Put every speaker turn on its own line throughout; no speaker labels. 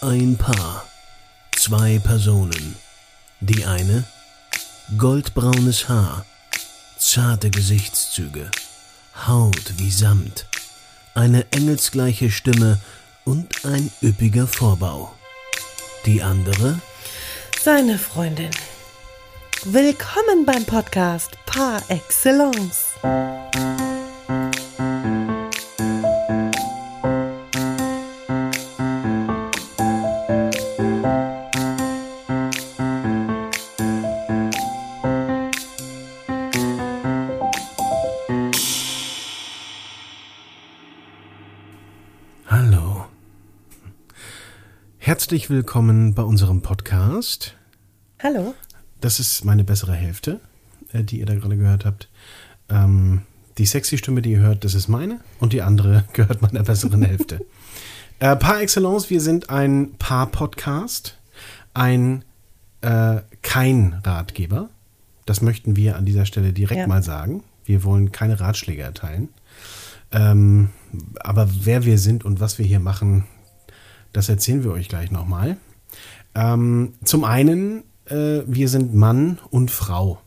Ein Paar. Zwei Personen. Die eine. Goldbraunes Haar. Zarte Gesichtszüge. Haut wie Samt. Eine engelsgleiche Stimme und ein üppiger Vorbau. Die andere.
Seine Freundin. Willkommen beim Podcast Par Excellence.
Hallo. Herzlich willkommen bei unserem Podcast.
Hallo.
Das ist meine bessere Hälfte, äh, die ihr da gerade gehört habt. Ähm, die sexy Stimme, die ihr hört, das ist meine. Und die andere gehört meiner besseren Hälfte. äh, par excellence, wir sind ein Paar-Podcast. Ein äh, kein Ratgeber. Das möchten wir an dieser Stelle direkt
Ja.
mal sagen. Wir wollen keine Ratschläge erteilen. Ähm, aber wer wir sind und was wir hier machen, das erzählen wir euch gleich nochmal. Ähm, zum einen, äh, wir sind Mann und Frau.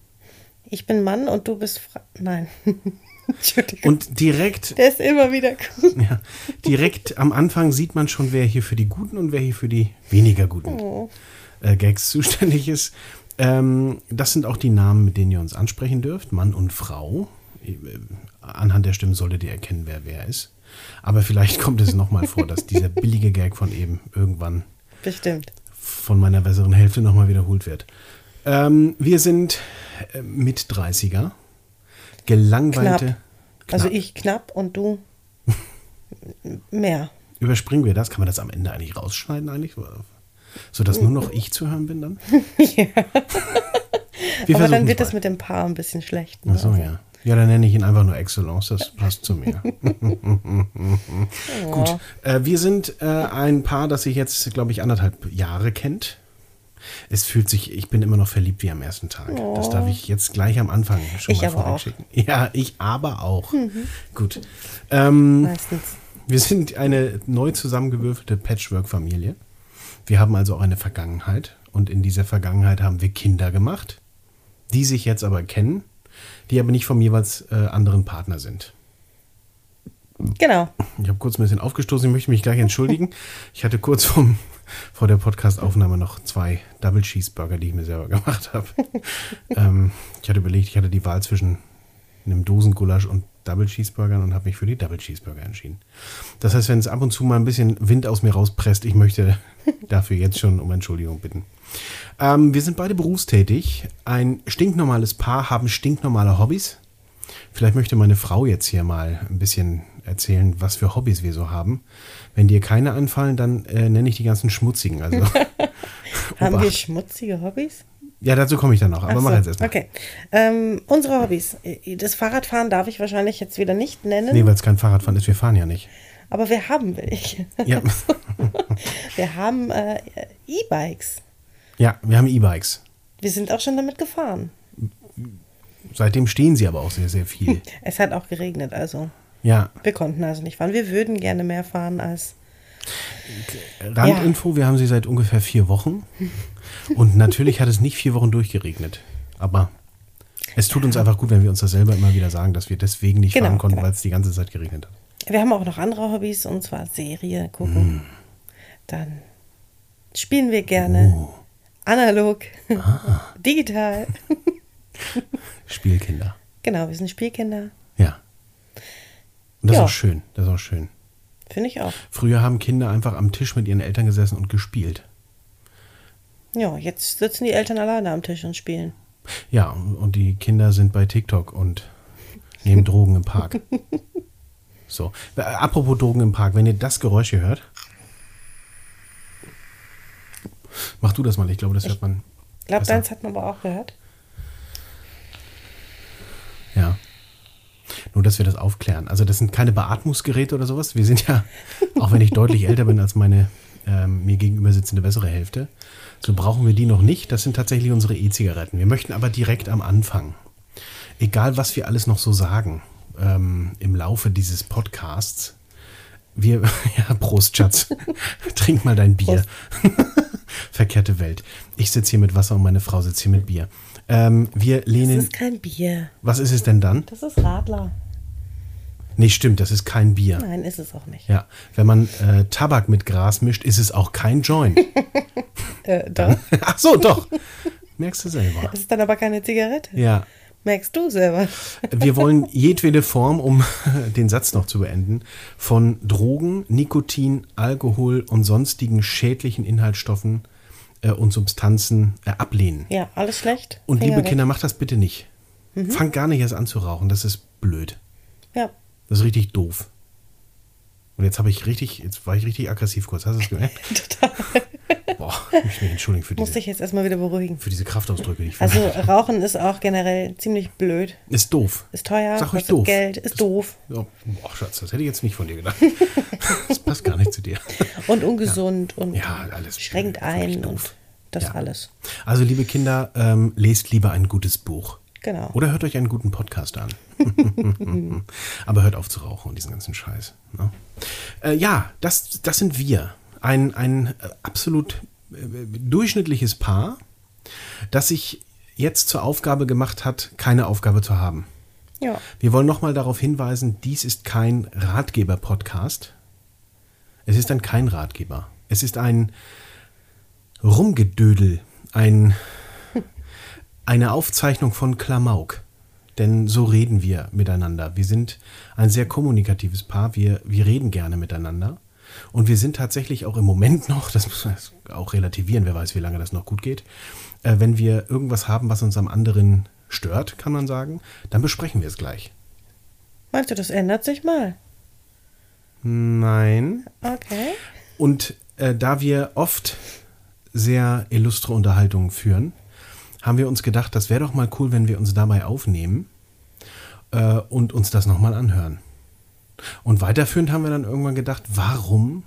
Ich bin Mann und du bist Frau. Nein. Entschuldigung.
Und direkt,
Der ist immer wieder gut.
ja, direkt am Anfang sieht man schon, wer hier für die Guten und wer hier für die weniger Guten äh, Gags zuständig ist. Ähm, das sind auch die Namen, mit denen ihr uns ansprechen dürft, Mann und Frau. Äh, Anhand der Stimmen solltet ihr erkennen, wer wer ist. Aber vielleicht kommt es nochmal vor, dass dieser billige Gag von eben irgendwann
Bestimmt.
von meiner besseren Hälfte nochmal wiederholt wird. Ähm, wir sind äh, mit 30er. Gelangweilte.
Also
Knapp.
ich knapp und du mehr.
Überspringen wir das? Kann man das am Ende eigentlich rausschneiden eigentlich? Sodass nur noch ich zu hören bin dann? Wir
Aber
versuchen's
dann wird das
mal.
mit dem Paar ein bisschen schlecht. ne?
Ach so, ja. Ja, dann nenne ich ihn einfach nur Excellence, das passt zu mir. Gut, äh, wir sind äh, ein Paar, das sich jetzt, glaube ich, anderthalb Jahre kennt. Es fühlt sich, ich bin immer noch verliebt wie am ersten Tag. Das darf ich jetzt gleich am Anfang
Oh.
schon
Ich
mal
aber auch. Mhm.
vorwegschicken. Ja, ich aber auch. Gut. Ähm,
Meistens.
wir sind eine neu zusammengewürfelte Patchwork-Familie. Wir haben also auch eine Vergangenheit. Und in dieser Vergangenheit haben wir Kinder gemacht, die sich jetzt aber kennen, die aber nicht vom jeweils äh, anderen Partner sind.
Genau.
Ich habe kurz ein bisschen aufgestoßen, ich möchte mich gleich entschuldigen. Ich hatte kurz vom, vor der Podcast-Aufnahme noch zwei Double Cheeseburger, die ich mir selber gemacht habe. ähm, ich hatte überlegt, ich hatte die Wahl zwischen einem Dosengulasch und Double Cheeseburgern und habe mich für die Double Cheeseburger entschieden. Das heißt, wenn es ab und zu mal ein bisschen Wind aus mir rauspresst, ich möchte dafür jetzt schon um Entschuldigung bitten. Ähm, wir sind beide berufstätig, ein stinknormales Paar, haben stinknormale Hobbys. Vielleicht möchte meine Frau jetzt hier mal ein bisschen erzählen, was für Hobbys wir so haben. Wenn dir keine anfallen, dann äh, nenne ich die ganzen schmutzigen. Also,
Haben wir
Obacht.
schmutzige Hobbys?
ja, dazu komme ich dann noch. Aber
Ach
mach
so,
jetzt erstmal.
Okay. Ähm, unsere Hobbys. Das Fahrradfahren darf ich wahrscheinlich jetzt wieder nicht nennen,
Nee, weil es kein Fahrradfahren ist. Wir fahren ja nicht.
aber wir haben welche.
Ja,
Wir haben äh, E-Bikes.
ja wir haben E-Bikes.
Wir sind auch schon damit gefahren.
Seitdem stehen sie aber auch sehr, sehr viel.
Es hat auch geregnet, also
Ja,
wir konnten also nicht fahren. Wir würden gerne mehr fahren als.
Randinfo, wir haben sie seit ungefähr vier Wochen. Und natürlich hat es nicht vier Wochen durchgeregnet. Aber es tut uns einfach gut, wenn wir uns das selber immer wieder sagen, dass wir deswegen nicht
Genau,
fahren konnten,
genau.
weil es die ganze Zeit geregnet hat.
Wir haben auch noch andere Hobbys und zwar Serie gucken. Dann spielen wir gerne analog, digital.
Spielkinder.
Genau, wir sind Spielkinder.
Ja. Und das
Ja.
ist auch schön. Das ist auch schön.
Finde ich auch.
Früher haben Kinder einfach am Tisch mit ihren Eltern gesessen und gespielt.
Ja, jetzt sitzen die Eltern alleine am Tisch und spielen.
Ja, und die Kinder sind bei TikTok und nehmen Drogen im Park. So, Äh, apropos Drogen im Park, wenn ihr das Geräusch hier hört, mach du das mal, ich glaube, das hört man.
Ich glaube,
Besser.
deins hat man aber auch gehört.
Ja. Nur, dass wir das aufklären. Also, das sind keine Beatmungsgeräte oder sowas. Wir sind ja, auch wenn ich deutlich älter bin als meine ähm, mir gegenüber sitzende bessere Hälfte, so brauchen wir die noch nicht. Das sind tatsächlich unsere E-Zigaretten. Wir möchten aber direkt am Anfang, egal was wir alles noch so sagen ähm, im Laufe dieses Podcasts, Wir, ja, Prost, Schatz. Trink mal dein Bier. Verkehrte Welt. Ich sitze hier mit Wasser und meine Frau sitzt hier mit Bier. Ähm, wir
Das
lehnen.
ist kein Bier.
was ist es denn dann?
Das ist Radler.
Nee, stimmt, das ist kein Bier.
Nein, ist es auch nicht.
Ja, wenn man äh, Tabak mit Gras mischt, ist es auch kein Joint.
Äh, doch.
Ach so, doch. Merkst du selber.
Das ist dann aber keine Zigarette.
Ja.
Merkst du selber.
Wir wollen jedwede Form, um den Satz noch zu beenden, von Drogen, Nikotin, Alkohol und sonstigen schädlichen Inhaltsstoffen äh, und Substanzen äh, ablehnen.
Ja, Mhm. alles schlecht.
Und
Finger
liebe
weg.
Kinder, macht das bitte nicht. Fangt gar nicht erst an zu rauchen, das ist blöd.
Ja.
Das ist richtig doof. Und jetzt habe ich richtig, jetzt war ich richtig aggressiv kurz. Hast du es gemerkt? Total. Boah, ich muss mich entschuldigen für
Musste
diese,
ich jetzt erstmal wieder beruhigen.
für diese Kraftausdrücke. die Ich
Also Rauchen ist auch generell ziemlich blöd.
ist doof.
Ist teuer,
Sag ruhig
kostet
doof.
Geld, ist doof
Ja, boah, Schatz, das hätte ich jetzt nicht von dir gedacht. Das passt gar nicht zu dir.
und ungesund und
Ja, alles
schränkt
blöd, völlig
ein
doof.
und das
Ja.
alles.
Also, liebe Kinder, ähm, lest lieber ein gutes Buch.
Genau.
Oder hört euch einen guten Podcast an. Aber hört auf zu rauchen und diesen ganzen Scheiß. Ne? Äh, ja, das, das sind wir. Ein, ein äh, absolut äh, durchschnittliches Paar, das sich jetzt zur Aufgabe gemacht hat, keine Aufgabe zu haben.
Ja,
Wir wollen nochmal darauf hinweisen, dies ist kein Ratgeber-Podcast. Es ist dann kein Ratgeber. Es ist ein Rumgedödel, ein, eine Aufzeichnung von Klamauk. Denn so reden wir miteinander. Wir sind ein sehr kommunikatives Paar. Wir, wir reden gerne miteinander. Und wir sind tatsächlich auch im Moment noch, das muss man jetzt auch relativieren, wer weiß, wie lange das noch gut geht, äh, wenn wir irgendwas haben, was uns am anderen stört, kann man sagen, dann besprechen wir es gleich.
meinst du, das ändert sich mal?
Nein.
Okay.
Und äh, da wir oft sehr illustre Unterhaltungen führen, haben wir uns gedacht, das wäre doch mal cool, wenn wir uns dabei aufnehmen äh, und uns das nochmal anhören. Und weiterführend haben wir dann irgendwann gedacht, warum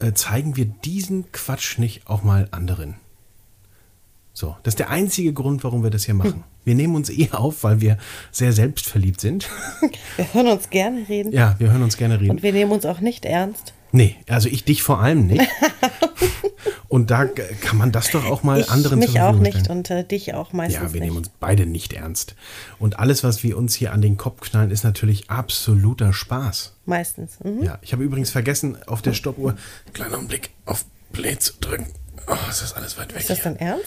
äh, zeigen wir diesen Quatsch nicht auch mal anderen? So, das ist der einzige Grund, warum wir das hier machen. Wir nehmen uns eh auf, weil wir sehr selbstverliebt sind.
Wir hören uns gerne reden
ja, wir hören uns gerne reden.
und wir nehmen uns auch nicht ernst.
Nee, also ich dich vor allem nicht. Und da g- kann man das doch auch mal
ich
anderen
mich
zur
auch
Verfügung
nicht
stellen.
und äh, dich auch meistens
Ja, wir
nicht.
nehmen uns beide nicht ernst. Und alles, was wir uns hier an den Kopf knallen, ist natürlich absoluter Spaß.
meistens. Mhm.
Ja, ich habe übrigens vergessen, auf der Stoppuhr kleiner Blick auf Play zu drücken. Oh, ist das alles weit weg.
Ist das
hier.
dann ernst?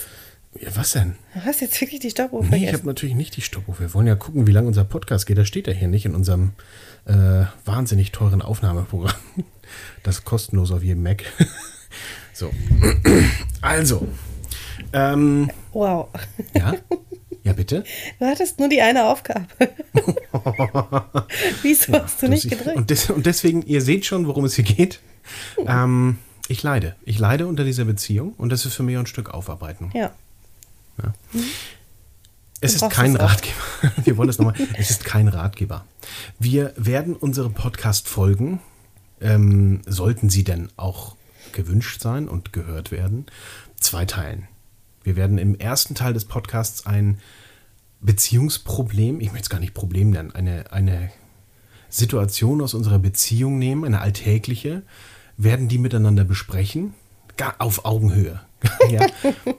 Ja, was denn?
Du hast jetzt wirklich die Stoppuhr
Nee, ich
vergessen.
habe natürlich nicht die Stoppuhr. Wir wollen ja gucken, wie lange unser Podcast geht. Das steht ja hier nicht in unserem äh, wahnsinnig teuren Aufnahmeprogramm. Das kostenlos auf jedem Mac. So. Also. Ähm,
wow.
ja? Ja, bitte?
Du hattest nur die eine Aufgabe. Wieso hast du
Das-
nicht gedrückt? Oh.
Und, des, und deswegen, ihr seht schon, worum es hier geht. Ähm, ich leide. Ich leide unter dieser Beziehung und das ist für mich auch ein Stück Aufarbeitung.
Ja.
Es
Du
ist
brauchst
kein
es auch.
Ratgeber. Wir wollen das nochmal. Es ist kein Ratgeber. Wir werden unsere Podcast-Folgen, ähm, sollten sie denn auch gewünscht sein und gehört werden, zwei teilen. Wir werden im ersten Teil des Podcasts ein Beziehungsproblem, ich möchte es gar nicht Problem nennen, eine, eine Situation aus unserer Beziehung nehmen, eine alltägliche, werden die miteinander besprechen, gar auf Augenhöhe. ja,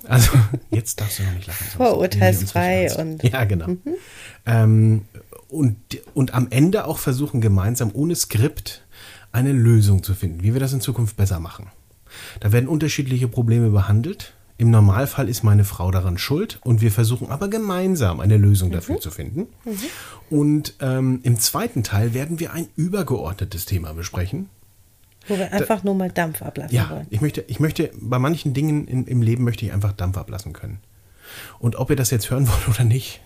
also jetzt darfst du noch nicht lachen. sonst
Vorurteilsfrei
nehmen die uns
und-
nicht ernst. ja genau. Ähm, und und am Ende auch versuchen gemeinsam ohne Skript eine Lösung zu finden, wie wir das in Zukunft besser machen. Da werden unterschiedliche Probleme behandelt. Im Normalfall ist meine Frau daran schuld und wir versuchen aber gemeinsam eine Lösung dafür zu finden. Und ähm, im zweiten Teil werden wir ein übergeordnetes Thema besprechen.
Wo wir einfach nur mal Dampf ablassen
Ja,
wollen.
ich möchte, ich möchte, bei manchen Dingen in, im Leben möchte ich einfach Dampf ablassen können. Und ob ihr das jetzt hören wollt oder nicht,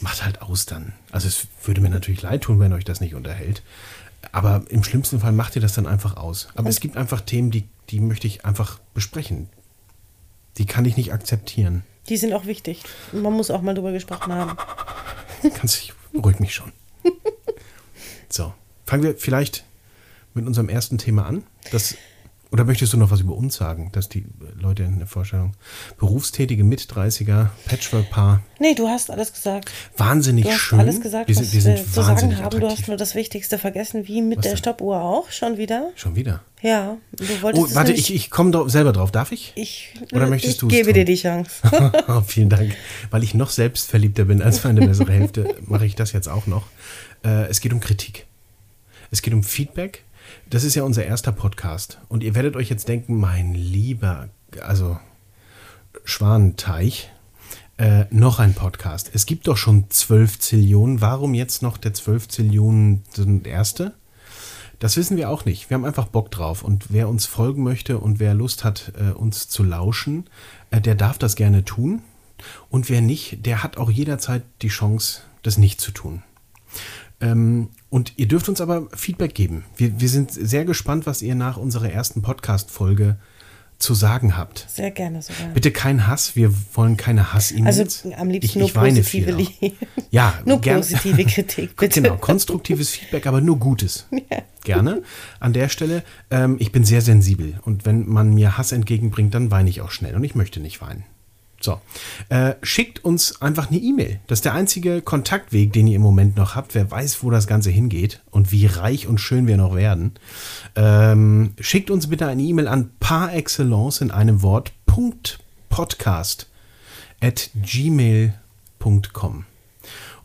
macht halt aus dann. Also es würde mir natürlich leid tun, wenn euch das nicht unterhält. Aber im schlimmsten Fall macht ihr das dann einfach aus. Aber es gibt einfach Themen, die, die möchte ich einfach besprechen. Die kann ich nicht akzeptieren.
Die sind auch wichtig. Man muss auch mal drüber gesprochen haben.
Kannst dich, beruhig mich schon. So, fangen wir vielleicht mit unserem ersten Thema an. Das Oder möchtest du noch was über uns sagen, dass die Leute in der Vorstellung berufstätige mit 30er Patchwork-Paar
Nee, du hast alles gesagt.
wahnsinnig
Du hast
schön.
alles gesagt,
wir
was
sind, wir
wir
sind
zu sagen
wahnsinnig
haben. Du hast
attraktiv.
nur das Wichtigste vergessen, wie mit
Was
der
denn?
Stoppuhr auch schon wieder.
Schon wieder.
Ja, du wolltest
Oh,
es
warte,
nämlich-
ich, ich komme da selber drauf. Darf ich?
ich,
Oder möchtest
ich
du es
gebe
tun?
dir die Chance.
Vielen Dank. Weil ich noch selbstverliebter bin als meine bessere Hälfte, mache ich das jetzt auch noch. Äh, es geht um Kritik. Es geht um Feedback. Das ist ja unser erster Podcast. Und ihr werdet euch jetzt denken, mein lieber, also Schwanenteich, äh, noch ein Podcast. Es gibt doch schon zwölf Zillionen. Warum jetzt noch der zwölf Zillionen erste? Das wissen wir auch nicht. Wir haben einfach Bock drauf. Und wer uns folgen möchte und wer Lust hat, äh, uns zu lauschen, äh, der darf das gerne tun. Und wer nicht, der hat auch jederzeit die Chance, das nicht zu tun. Ähm, und ihr dürft uns aber Feedback geben. Wir, wir sind sehr gespannt, was ihr nach unserer ersten Podcast-Folge zu sagen habt.
Sehr gerne sogar.
Bitte kein Hass, wir wollen keine hass -E
Also am liebsten nur positive Liebe.
Ja,
Nur
gern-
positive Kritik, bitte.
Genau, konstruktives Feedback, aber nur Gutes. Gerne. An der Stelle, ähm, ich bin sehr sensibel und wenn man mir Hass entgegenbringt, dann weine ich auch schnell und ich möchte nicht weinen. So, äh, schickt uns einfach eine E-Mail. Das ist der einzige Kontaktweg, den ihr im Moment noch habt. Wer weiß, wo das Ganze hingeht und wie reich und schön wir noch werden. Ähm, schickt uns bitte eine E-Mail an par excellence in einem Wort Punkt Podcast at gmail.com.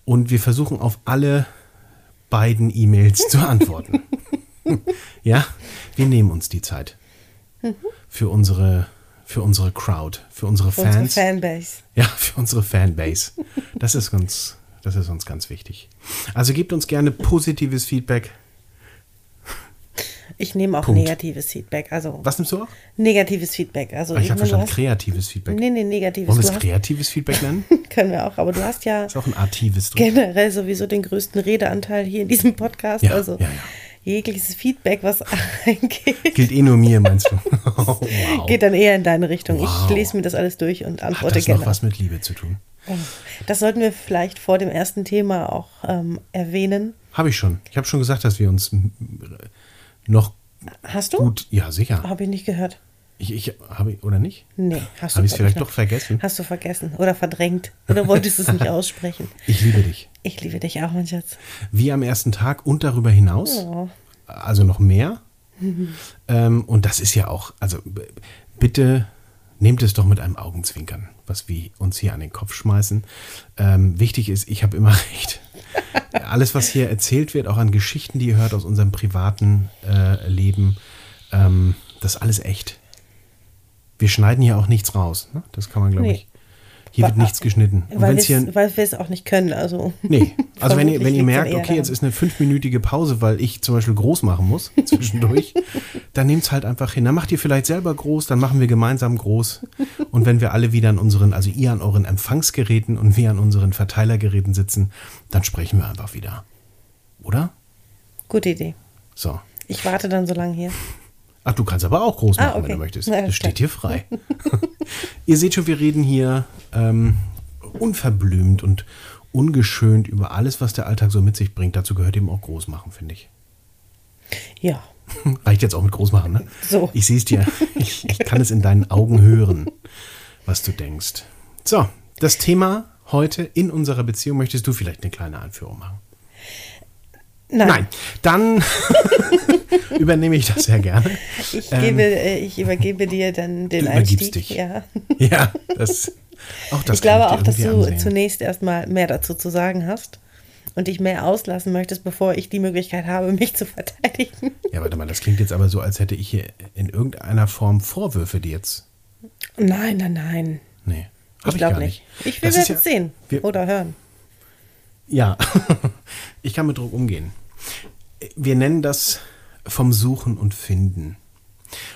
Und wir versuchen auf alle beiden E-Mails zu antworten. ja, wir nehmen uns die Zeit. Für unsere, für unsere Crowd, für unsere Fans.
Unsere Fanbase.
Ja, für unsere Fanbase. Das ist uns, das ist uns ganz wichtig. Also gebt uns gerne positives Feedback.
Ich nehme auch
Punkt.
negatives Feedback. Also
Was nimmst du auch? Ah,
negatives Feedback. Also
Ich
meine, du
habe verstanden,
hast,
kreatives Feedback.
nee, nee, negatives.
Wollen wir
Du
es kreatives Feedback nennen?
hast, können wir auch, aber du hast ja
Ist auch ein artives drin.
generell sowieso den größten Redeanteil hier in diesem Podcast.
Ja,
also
ja, ja.
jegliches Feedback, was eingeht,
Gilt eh nur mir, meinst du? Oh, wow.
geht dann eher in deine Richtung.
Wow.
Ich lese mir das alles durch und
Hat
antworte
das noch
gerne. Ähm,
was mit Liebe zu tun?
Das sollten wir vielleicht vor dem ersten Thema auch ähm, erwähnen.
Habe ich schon. Ich habe schon gesagt, dass wir uns m- noch
Hast du?
gut. Ja, sicher.
Habe ich nicht gehört.
Ich, ich habe ich- oder nicht?
Nee, hast du
Habe ich
glaub
es vielleicht
noch-
doch vergessen?
Hast du vergessen oder verdrängt oder wolltest es nicht aussprechen?
Ich liebe dich.
Ich liebe dich auch, mein Schatz.
Wie am ersten Tag und darüber hinaus.
Oh.
Also noch mehr. ähm, und das ist ja auch. Also b- bitte nehmt es doch mit einem Augenzwinkern, was wir uns hier an den Kopf schmeißen. Ähm, wichtig ist, ich habe immer recht. Alles, was hier erzählt wird, auch an Geschichten, die ihr hört aus unserem privaten äh, Leben, ähm, das ist alles echt. Wir schneiden hier auch nichts raus. Ne? Das kann man, glaube
Nee.
ich. Hier wird
Wa-
nichts geschnitten. Und
Weil
wenn's hier,
wir's- weil wir es auch nicht können. Also.
Nee, also wenn ihr,
Vermutlich
wenn ihr
liegt's
merkt,
eher
okay, jetzt
daran.
ist eine fünfminütige Pause, weil ich zum Beispiel groß machen muss zwischendurch, dann nehmt es halt einfach hin. Dann macht ihr vielleicht selber groß, dann machen wir gemeinsam groß. Und wenn wir alle wieder an unseren, also ihr an euren Empfangsgeräten und wir an unseren Verteilergeräten sitzen, dann sprechen wir einfach wieder. Oder?
Gute Idee.
So.
Ich warte dann so lange hier.
Ach, du kannst aber auch groß
Ah,
machen, wenn du
okay.
möchtest.
Na,
Das steht
klar.
dir frei. Ihr seht schon, wir reden hier ähm, unverblümt und ungeschönt über alles, was der Alltag so mit sich bringt. Dazu gehört eben auch Großmachen, finde ich.
Ja.
Reicht jetzt auch mit Großmachen, ne?
So.
Ich sehe es dir. Ich, ich kann es in deinen Augen hören, was du denkst. So, das Thema heute in unserer Beziehung. Möchtest du vielleicht eine kleine Einführung machen?
Nein.
Nein. Dann übernehme ich das ja gerne.
Ich,
Ähm,
gebe, äh, ich übergebe dir dann den
du übergibst
Einstieg.
dich.
Ja.
Ja, das. Auch das
Ich glaube auch,
kann
dass
dir
du
irgendwie ansehen.
zunächst erstmal mehr dazu zu sagen hast und dich mehr auslassen möchtest, bevor ich die Möglichkeit habe, mich zu verteidigen.
Ja, warte mal, das klingt jetzt aber so, als hätte ich hier in irgendeiner Form Vorwürfe, die jetzt.
Nein, nein, nein.
Nee. Hab
Ich glaube nicht. Ich will
Das ist
werden
ja-
sehen
Wir,
oder hören.
Ja, ich kann mit Druck umgehen. Wir nennen das vom Suchen und Finden.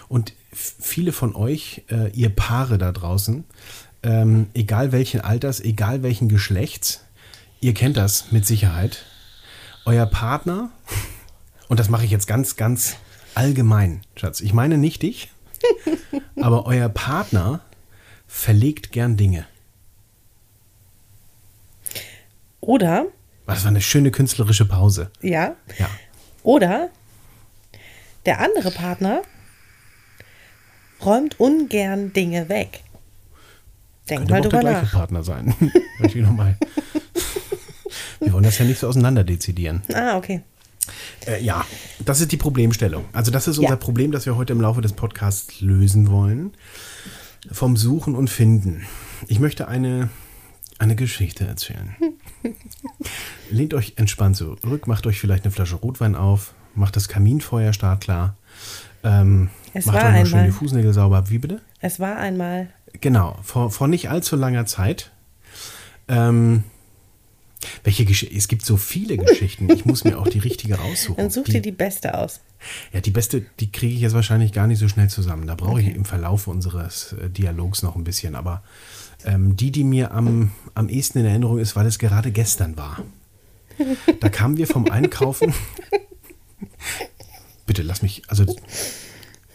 Und f- viele von euch, äh, ihr Paare da draußen, ähm, egal welchen Alters, egal welchen Geschlechts, ihr kennt das mit Sicherheit. Euer Partner, und das mache ich jetzt ganz, ganz allgemein, Schatz, ich meine nicht dich, aber euer Partner verlegt gern Dinge.
Oder,
Das war eine schöne künstlerische Pause.
ja,
Ja.
oder der andere Partner räumt ungern Dinge weg. Denk
Könnte
mal
aber auch der
drüber
gleiche
nach.
Partner sein. Möchte ich noch mal. Wir wollen das ja nicht so auseinander dezidieren.
Ah, okay.
Äh, ja, das ist die Problemstellung. Also das ist unser
Ja.
Problem, das wir heute im Laufe des Podcasts lösen wollen. Vom Suchen und Finden. Ich möchte eine, eine Geschichte erzählen. Lehnt euch entspannt zurück, macht euch vielleicht eine Flasche Rotwein auf, macht das Kaminfeuer startklar. Ähm,
Es
macht
war
euch mal schön
einmal.
die Fußnägel sauber. Wie bitte?
Es war einmal.
Genau, vor, vor nicht allzu langer Zeit. Ähm, welche Geschichte? Es gibt so viele Geschichten. Ich muss mir auch die richtige raussuchen.
Dann such dir die beste aus.
Ja, die beste, die kriege ich jetzt wahrscheinlich gar nicht so schnell zusammen. Da brauche ich im Verlauf unseres äh, Dialogs noch ein bisschen. Aber ähm, die, die mir am, am ehesten in Erinnerung ist, weil es gerade gestern war. Da kamen wir vom Einkaufen. Bitte lass mich, also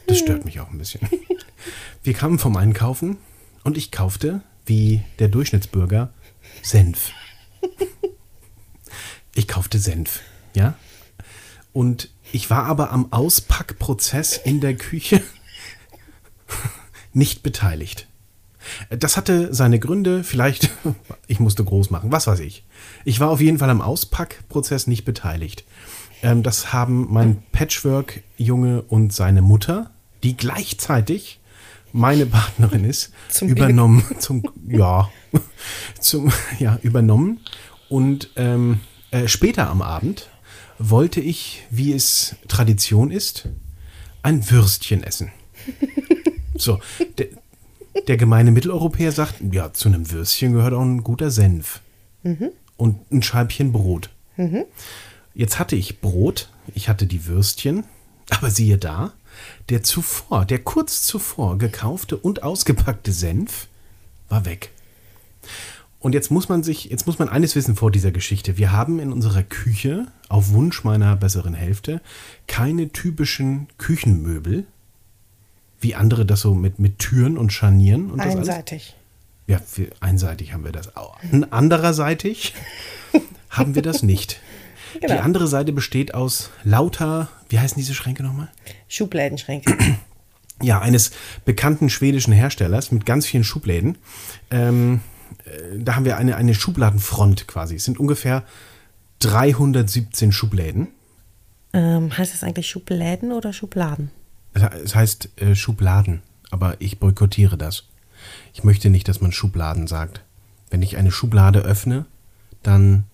das stört mich auch ein bisschen. Wir kamen vom Einkaufen und ich kaufte, wie der Durchschnittsbürger, Senf. Ich kaufte Senf, ja? Und ich war aber am Auspackprozess in der Küche nicht beteiligt. Das hatte seine Gründe, vielleicht, ich musste groß machen, was weiß ich. Ich war auf jeden Fall am Auspackprozess nicht beteiligt. Ähm, das haben mein Patchwork-Junge und seine Mutter, die gleichzeitig meine Partnerin ist,
Zum Glück.
übernommen. Zum, ja, zum, ja, übernommen. Und ähm, äh, später am Abend wollte ich, wie es Tradition ist, ein Würstchen essen. So, der, der gemeine Mitteleuropäer sagt, ja, zu einem Würstchen gehört auch ein guter Senf und ein Scheibchen Brot. Jetzt hatte ich Brot, ich hatte die Würstchen, aber siehe da, der zuvor, der kurz zuvor gekaufte und ausgepackte Senf war weg. Und jetzt muss man sich, jetzt muss man eines wissen vor dieser Geschichte. Wir haben in unserer Küche, auf Wunsch meiner besseren Hälfte, keine typischen Küchenmöbel, wie andere das so mit, mit Türen und Scharnieren und das alles.
Einseitig.
Ja, wir, einseitig haben wir das. Au. N- Andererseitig haben wir das nicht. Die
Genau.
andere Seite besteht aus lauter, wie heißen diese Schränke nochmal?
Schubladenschränke.
Ja, eines bekannten schwedischen Herstellers mit ganz vielen Schubläden. Ähm, äh, da haben wir eine, eine Schubladenfront quasi. Es sind ungefähr 317 Schubläden.
ähm, heißt das eigentlich Schubläden oder Schubladen?
Es heißt äh, Schubladen, aber ich boykottiere das. Ich möchte nicht, dass man Schubladen sagt. Wenn ich eine Schublade öffne, dann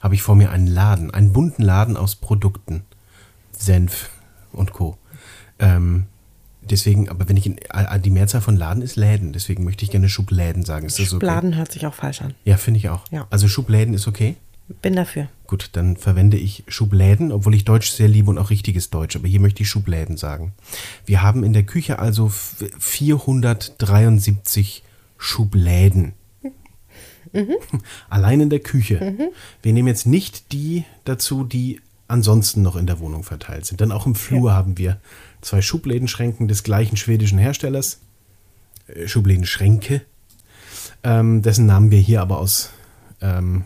habe ich vor mir einen Laden, einen bunten Laden aus Produkten. Senf und Co. Ähm, deswegen, aber wenn ich in, äh, die Mehrzahl von Laden ist Läden, deswegen möchte ich gerne Schubläden sagen. Ist das okay?
Schubladen hört sich auch falsch an.
Ja, finde ich auch.
Ja.
Also Schubläden ist okay.
Bin dafür.
Gut, dann verwende ich Schubläden, obwohl ich Deutsch sehr liebe und auch richtiges Deutsch, aber hier möchte ich Schubläden sagen. Wir haben in der Küche also f- 473 Schubläden. Allein in der Küche. Wir nehmen jetzt nicht die dazu, die ansonsten noch in der Wohnung verteilt sind. Denn auch im Flur haben wir zwei Schublädenschränken des gleichen schwedischen Herstellers. Äh, Schublädenschränke. Ähm, dessen Namen wir hier aber aus ähm,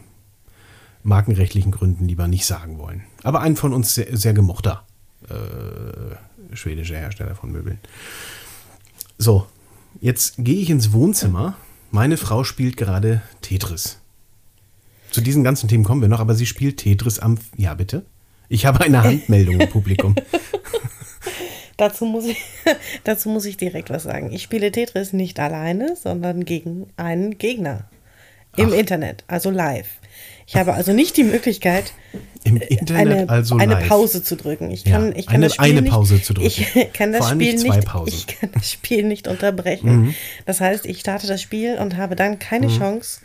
markenrechtlichen Gründen lieber nicht sagen wollen. Aber ein von uns sehr, sehr gemochter äh, schwedischer Hersteller von Möbeln. So, jetzt gehe ich ins Wohnzimmer. Meine Frau spielt gerade Tetris. Zu diesen ganzen Themen kommen wir noch, aber sie spielt Tetris am. Ja, bitte? Ich habe eine Handmeldung im Publikum.
Dazu muss, ich, dazu muss ich direkt was sagen. Ich spiele Tetris nicht alleine, sondern gegen einen Gegner. Im
Ach.
Internet, also live. Ich habe also nicht die Möglichkeit,
Im Internet
eine,
also
eine
live.
Pause zu drücken. Ich
Ja,
kann, ich kann
eine-
das Spiel
eine
nicht,
Pause zu drücken.
Ich kann das
Vor allem
Spiel
nicht zwei
nicht,
Pausen. Mhm.
Ich kann das Spiel nicht unterbrechen. Das heißt, ich starte das Spiel und habe dann keine Chance,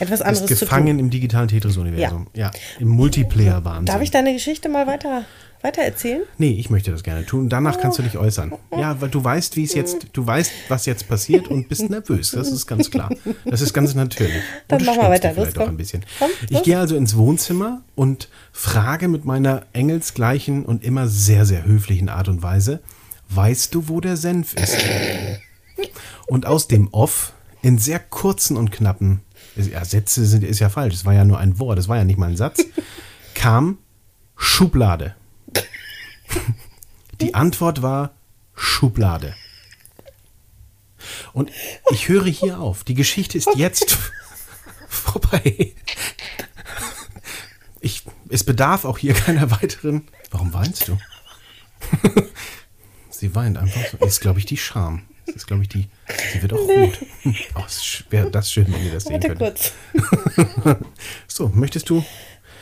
etwas
Ist
anderes zu tun.
gefangen im digitalen Tetris-Universum. Ja. im Multiplayer-Wahnsinn.
Darf ich deine Geschichte mal weiter, weiter erzählen?
Nee, ich möchte das gerne tun. Danach kannst du dich äußern. Ja, weil du weißt, wie es jetzt, du weißt, was jetzt passiert und bist nervös. Das ist ganz klar. Das ist ganz natürlich.
Dann
Und du
mach mal
schwingst
weiter.
dich
Los,
vielleicht
komm.
Auch ein bisschen.
Komm,
ich
los.
gehe also ins Wohnzimmer und frage mit meiner engelsgleichen und immer sehr, sehr höflichen Art und Weise, weißt du, wo der Senf ist? Und aus dem Off in sehr kurzen und knappen, ja, Sätze sind, ist ja falsch, es war ja nur ein Wort, es war ja nicht mal ein Satz, kam Schublade. Die Antwort war Schublade. Und ich höre hier auf. Die Geschichte ist jetzt vorbei. Ich, es bedarf auch hier keiner weiteren. Warum weinst du? sie weint einfach so. Das ist, glaube ich, die Scham. Das ist, glaube ich, die. Sie wird auch rot. Oh, es wäre das schön, wenn ihr das sehen
Warte
könnt.
kurz.
So, möchtest du.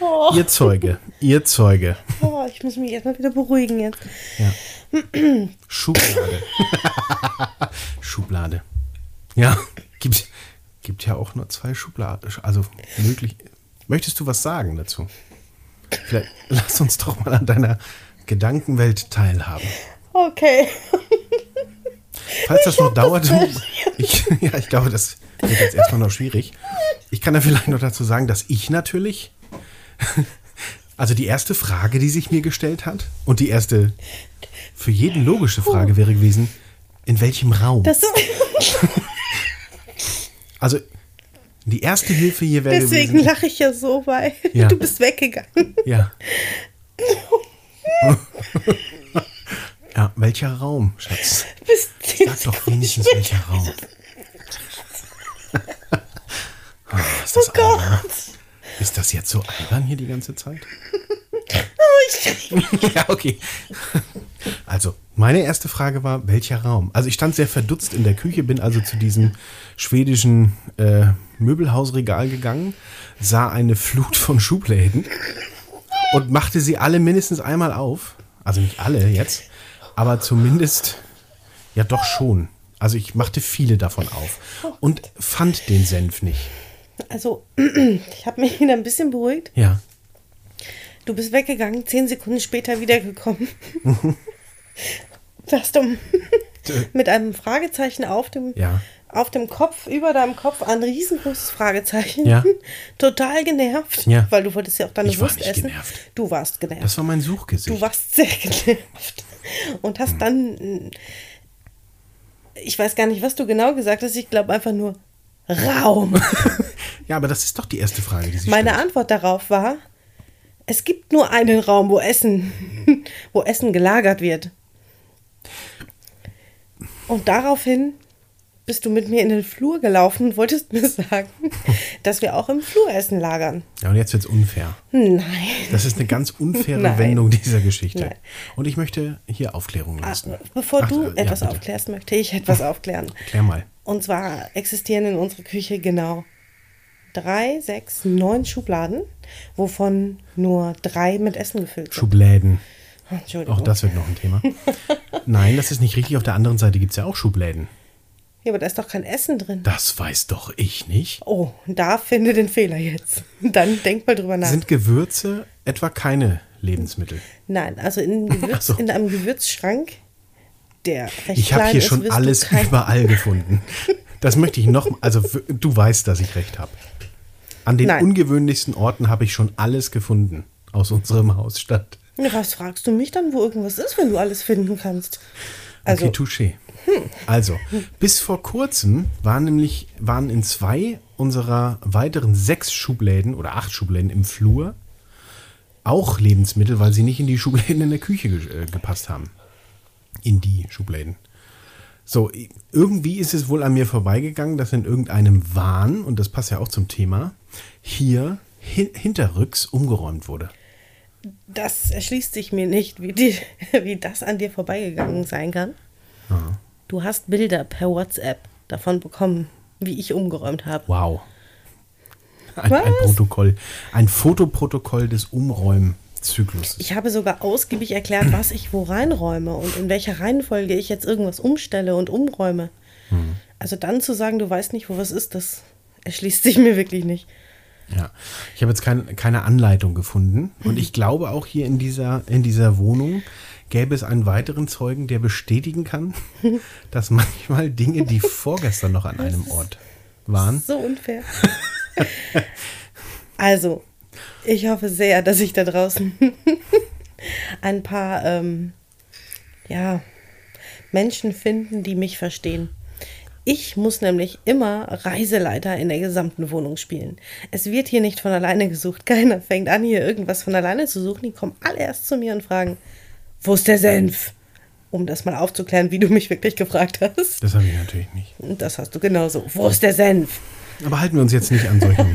Oh,
Ihr Zeuge. Ihr Zeuge.
oh, ich muss mich erstmal wieder beruhigen jetzt.
Ja. Schublade. Schublade. Ja, gibt, gibt ja auch nur zwei Schubladen. Also möglich. Möchtest du was sagen dazu? Vielleicht lass uns doch mal an deiner Gedankenwelt teilhaben.
Okay.
Falls das noch dauert, ich, ja, ich glaube, das wird jetzt erstmal noch schwierig. Ich kann ja vielleicht noch dazu sagen, dass ich natürlich, also die erste Frage, die sich mir gestellt hat und die erste für jeden logische Frage wäre gewesen, in welchem Raum?
Das ist,
Also die erste Hilfe hier wäre
deswegen
gewesen.
lache ich ja so, weil
Ja.
du bist weggegangen.
Ja. ja, welcher Raum, Schatz?
Du bist
Sag doch wenigstens welcher Raum. Ah, ist, das
Oh Gott.
albern? ist das jetzt so albern hier die ganze Zeit?
Oh, ich,
ja, okay. Also, meine erste Frage war, welcher Raum? Also, ich stand sehr verdutzt in der Küche, bin also zu diesem schwedischen äh, Möbelhausregal gegangen, sah eine Flut von Schubläden und machte sie alle mindestens einmal auf. Also nicht alle jetzt, aber zumindest ja doch schon. Also ich machte viele davon auf und fand den Senf nicht.
also, ich habe mich wieder ein bisschen beruhigt.
Ja.
Du bist weggegangen, zehn Sekunden später wiedergekommen. Du hast um mit einem Fragezeichen auf dem,
Ja.
auf dem Kopf, über deinem Kopf, ein riesengroßes Fragezeichen.
Ja.
Total genervt,
Ja.
weil du wolltest ja auch deine
Ich war
Wurst
nicht
essen.
genervt.
Du warst genervt.
Das war mein
du
Suchgesicht.
warst sehr genervt. Und hast dann, ich weiß gar nicht, was du genau gesagt hast, ich glaube einfach nur Raum.
Ja, aber das ist doch die erste Frage, die sich
Meine
stellt.
Antwort darauf war, es gibt nur einen Raum, wo Essen, wo Essen gelagert wird. Und daraufhin bist du mit mir in den Flur gelaufen und wolltest mir sagen, dass wir auch im Flur Essen lagern.
Ja, und jetzt wird's unfair.
Nein.
Das ist eine ganz unfaire
Nein.
Wendung dieser Geschichte.
Nein. Ah,
Und ich möchte hier Aufklärung leisten.
Bevor
Ach,
du
äh, ja,
etwas
bitte.
aufklärst, möchte ich etwas aufklären.
Klär mal.
Und zwar existieren in unserer Küche genau drei, sechs, neun Schubladen, wovon nur drei mit Essen gefüllt sind.
Schubläden.
Entschuldigung.
Auch das wird noch ein Thema. Nein, das ist nicht richtig. Auf der anderen Seite gibt es ja auch Schubläden.
Ja, aber da ist doch kein Essen drin.
Das weiß doch ich nicht.
Oh, da finde den Fehler jetzt. Dann denk mal drüber nach.
Sind Gewürze etwa keine Lebensmittel?
Nein, also in, Gewürz,
Ach so.
in einem Gewürzschrank, der recht
Ich habe
klein
hier
ist,
schon
wirst
alles
du kein,
überall gefunden. Das möchte ich noch. Also w- du weißt, dass ich recht habe. An den
Nein.
ungewöhnlichsten Orten habe ich schon alles gefunden aus unserem Hausstand.
Ja, Was fragst du mich dann, wo irgendwas ist, wenn du alles finden kannst? Also,
okay, touché. Also, bis vor kurzem waren nämlich waren in zwei unserer weiteren sechs Schubläden oder acht Schubläden im Flur auch Lebensmittel, weil sie nicht in die Schubläden in der Küche ge äh, gepasst haben. In die Schubläden. So, i- irgendwie ist es wohl an mir vorbeigegangen, dass in irgendeinem Wahn, und das passt ja auch zum Thema, hier hin hinterrücks umgeräumt wurde.
das erschließt sich mir nicht, wie, die, wie das an dir vorbeigegangen sein kann. Du hast Bilder per WhatsApp davon bekommen, wie ich umgeräumt habe.
Wow. Ein, ein
Was?
Protokoll. Ein Fotoprotokoll des Umräumen-Zyklus.
Ich habe sogar ausgiebig erklärt, was ich wo reinräume und in welcher Reihenfolge ich jetzt irgendwas umstelle und umräume. Also dann zu sagen, du weißt nicht, wo was ist, das erschließt sich mir wirklich nicht.
Ja. Ich habe jetzt kein, keine Anleitung gefunden. Und ich glaube auch hier in dieser, in dieser Wohnung gäbe es einen weiteren Zeugen, der bestätigen kann, dass manchmal Dinge, die vorgestern noch an einem Ort waren,
So unfair. also, ich hoffe sehr, dass ich da draußen ein paar ähm, ja, Menschen finden, die mich verstehen. Ich muss nämlich immer Reiseleiter in der gesamten Wohnung spielen. Es wird hier nicht von alleine gesucht. Keiner fängt an, hier irgendwas von alleine zu suchen. Die kommen alle erst zu mir und fragen, wo ist der Senf? um das mal aufzuklären, wie du mich wirklich gefragt hast.
Das habe ich natürlich nicht.
Und das hast du genauso. Wo ist der Senf?
Aber halten wir uns jetzt nicht an solchen.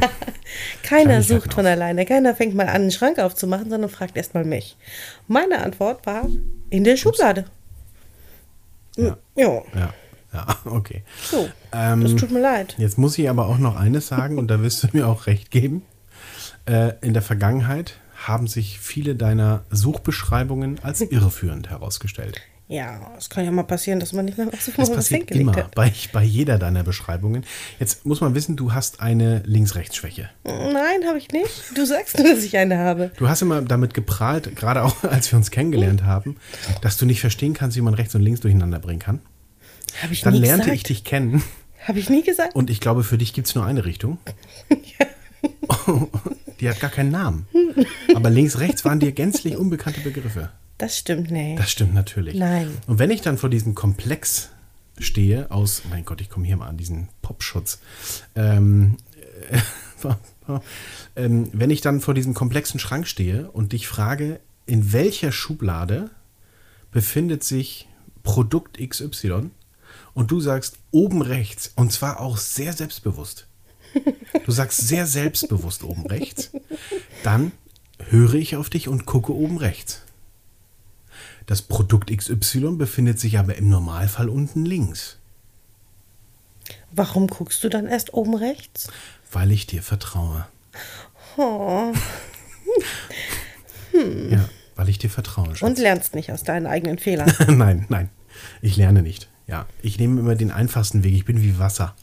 Keiner
Kleinigkeiten
sucht von
aus.
alleine. Keiner fängt mal an, einen Schrank aufzumachen, sondern fragt erstmal mich. Meine Antwort war in der Schublade.
ja,
Ja,
ja, ja, okay.
so.
Ähm,
das tut mir leid.
Jetzt muss ich aber auch noch eines sagen und da wirst du mir auch recht geben. Äh, in der Vergangenheit haben sich viele deiner Suchbeschreibungen als irreführend herausgestellt.
Ja, es kann ja mal passieren, dass man nicht mehr weiß, wo
Das
man was
passiert
hingelegt
immer
hat.
bei, bei jeder deiner Beschreibungen. Jetzt muss man wissen, du hast eine Links-Rechts-Schwäche.
Nein, habe ich nicht. Du sagst nur, dass ich eine habe.
Du hast immer damit geprahlt, gerade auch als wir uns kennengelernt haben, dass du nicht verstehen kannst, wie man rechts und links durcheinander bringen kann.
Habe ich
Dann
nie
lernte ich
gesagt.
dich kennen
Habe ich nie gesagt.
und ich glaube, für dich gibt es nur eine Richtung. Die hat gar keinen Namen. Aber links, rechts waren dir gänzlich unbekannte Begriffe.
Das stimmt nicht.
Das stimmt natürlich.
Nein.
Und wenn ich dann vor diesem Komplex stehe, aus, mein Gott, ich komme hier mal an diesen Popschutz, ähm, äh, ähm, wenn ich dann vor diesem komplexen Schrank stehe und dich frage, in welcher Schublade befindet sich Produkt XY und du sagst oben rechts und zwar auch sehr selbstbewusst. Du sagst sehr selbstbewusst oben rechts, dann höre ich auf dich und gucke oben rechts. Das Produkt XY befindet sich aber im Normalfall unten links,
Warum guckst du dann erst oben rechts?
weil ich dir vertraue.
Oh.
Ja, weil ich dir vertraue. Schatz.
Und lernst nicht aus deinen eigenen Fehlern.
nein, nein, ich lerne nicht. Ja, ich nehme immer den einfachsten Weg. Ich bin wie Wasser.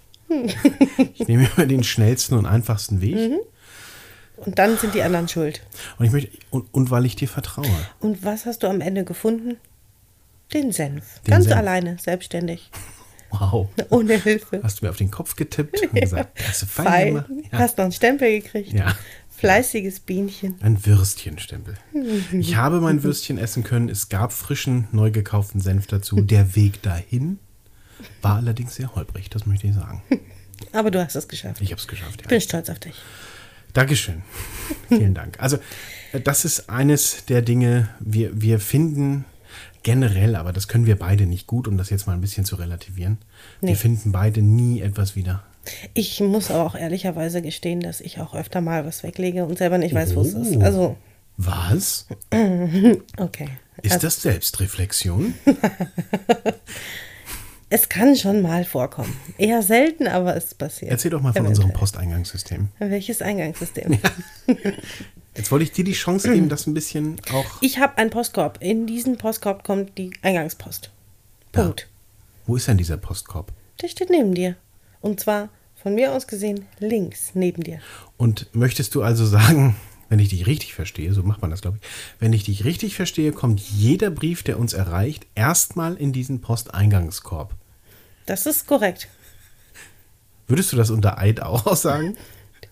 ich nehme immer den schnellsten und einfachsten Weg.
Und dann sind die anderen schuld.
Und ich möchte und, und weil ich dir vertraue.
Und was hast du am Ende gefunden? Den Senf.
Den
Ganz
Senf.
alleine, selbstständig,
Wow.
ohne Hilfe.
Hast du mir auf den Kopf getippt und gesagt, das ist fein,
Fein.
gemacht. Ja.
Hast noch einen Stempel gekriegt.
Ja.
Fleißiges Bienchen.
Ein Würstchenstempel.
Mhm.
Ich habe mein Würstchen essen können. Es gab frischen, neu gekauften Senf dazu. Der Weg dahin war allerdings sehr holprig, das möchte ich sagen.
Aber du hast es geschafft. Ich
Ich habe es geschafft. Ja.
bin stolz auf dich.
Dankeschön. Vielen Dank. Also, äh, das ist eines der Dinge, wir, wir finden generell, aber das können wir beide nicht gut, um das jetzt mal ein bisschen zu relativieren.
Nee.
Wir finden beide nie etwas wieder.
Ich muss aber auch ehrlicherweise gestehen, dass ich auch öfter mal was weglege und selber nicht weiß, wo es ist.
Oh.
Also,
Was?
okay.
Ist das Selbstreflexion?
Es kann schon mal vorkommen. Eher selten, aber es passiert.
Erzähl doch mal von unserem
Eventuell.
Posteingangssystem.
Welches Eingangssystem?
Jetzt wollte ich dir die Chance geben, das ein bisschen auch.
Ich habe einen Postkorb. In diesen Postkorb kommt die Eingangspost.
Da.
Punkt.
Wo ist denn dieser Postkorb?
Der steht neben dir. Und zwar von mir aus gesehen links neben dir.
Und möchtest du also sagen, wenn ich dich richtig verstehe, so macht man das, glaube ich, wenn ich dich richtig verstehe, kommt jeder Brief, der uns erreicht, erstmal in diesen Posteingangskorb.
Das ist korrekt.
Würdest du das unter Eid auch aussagen?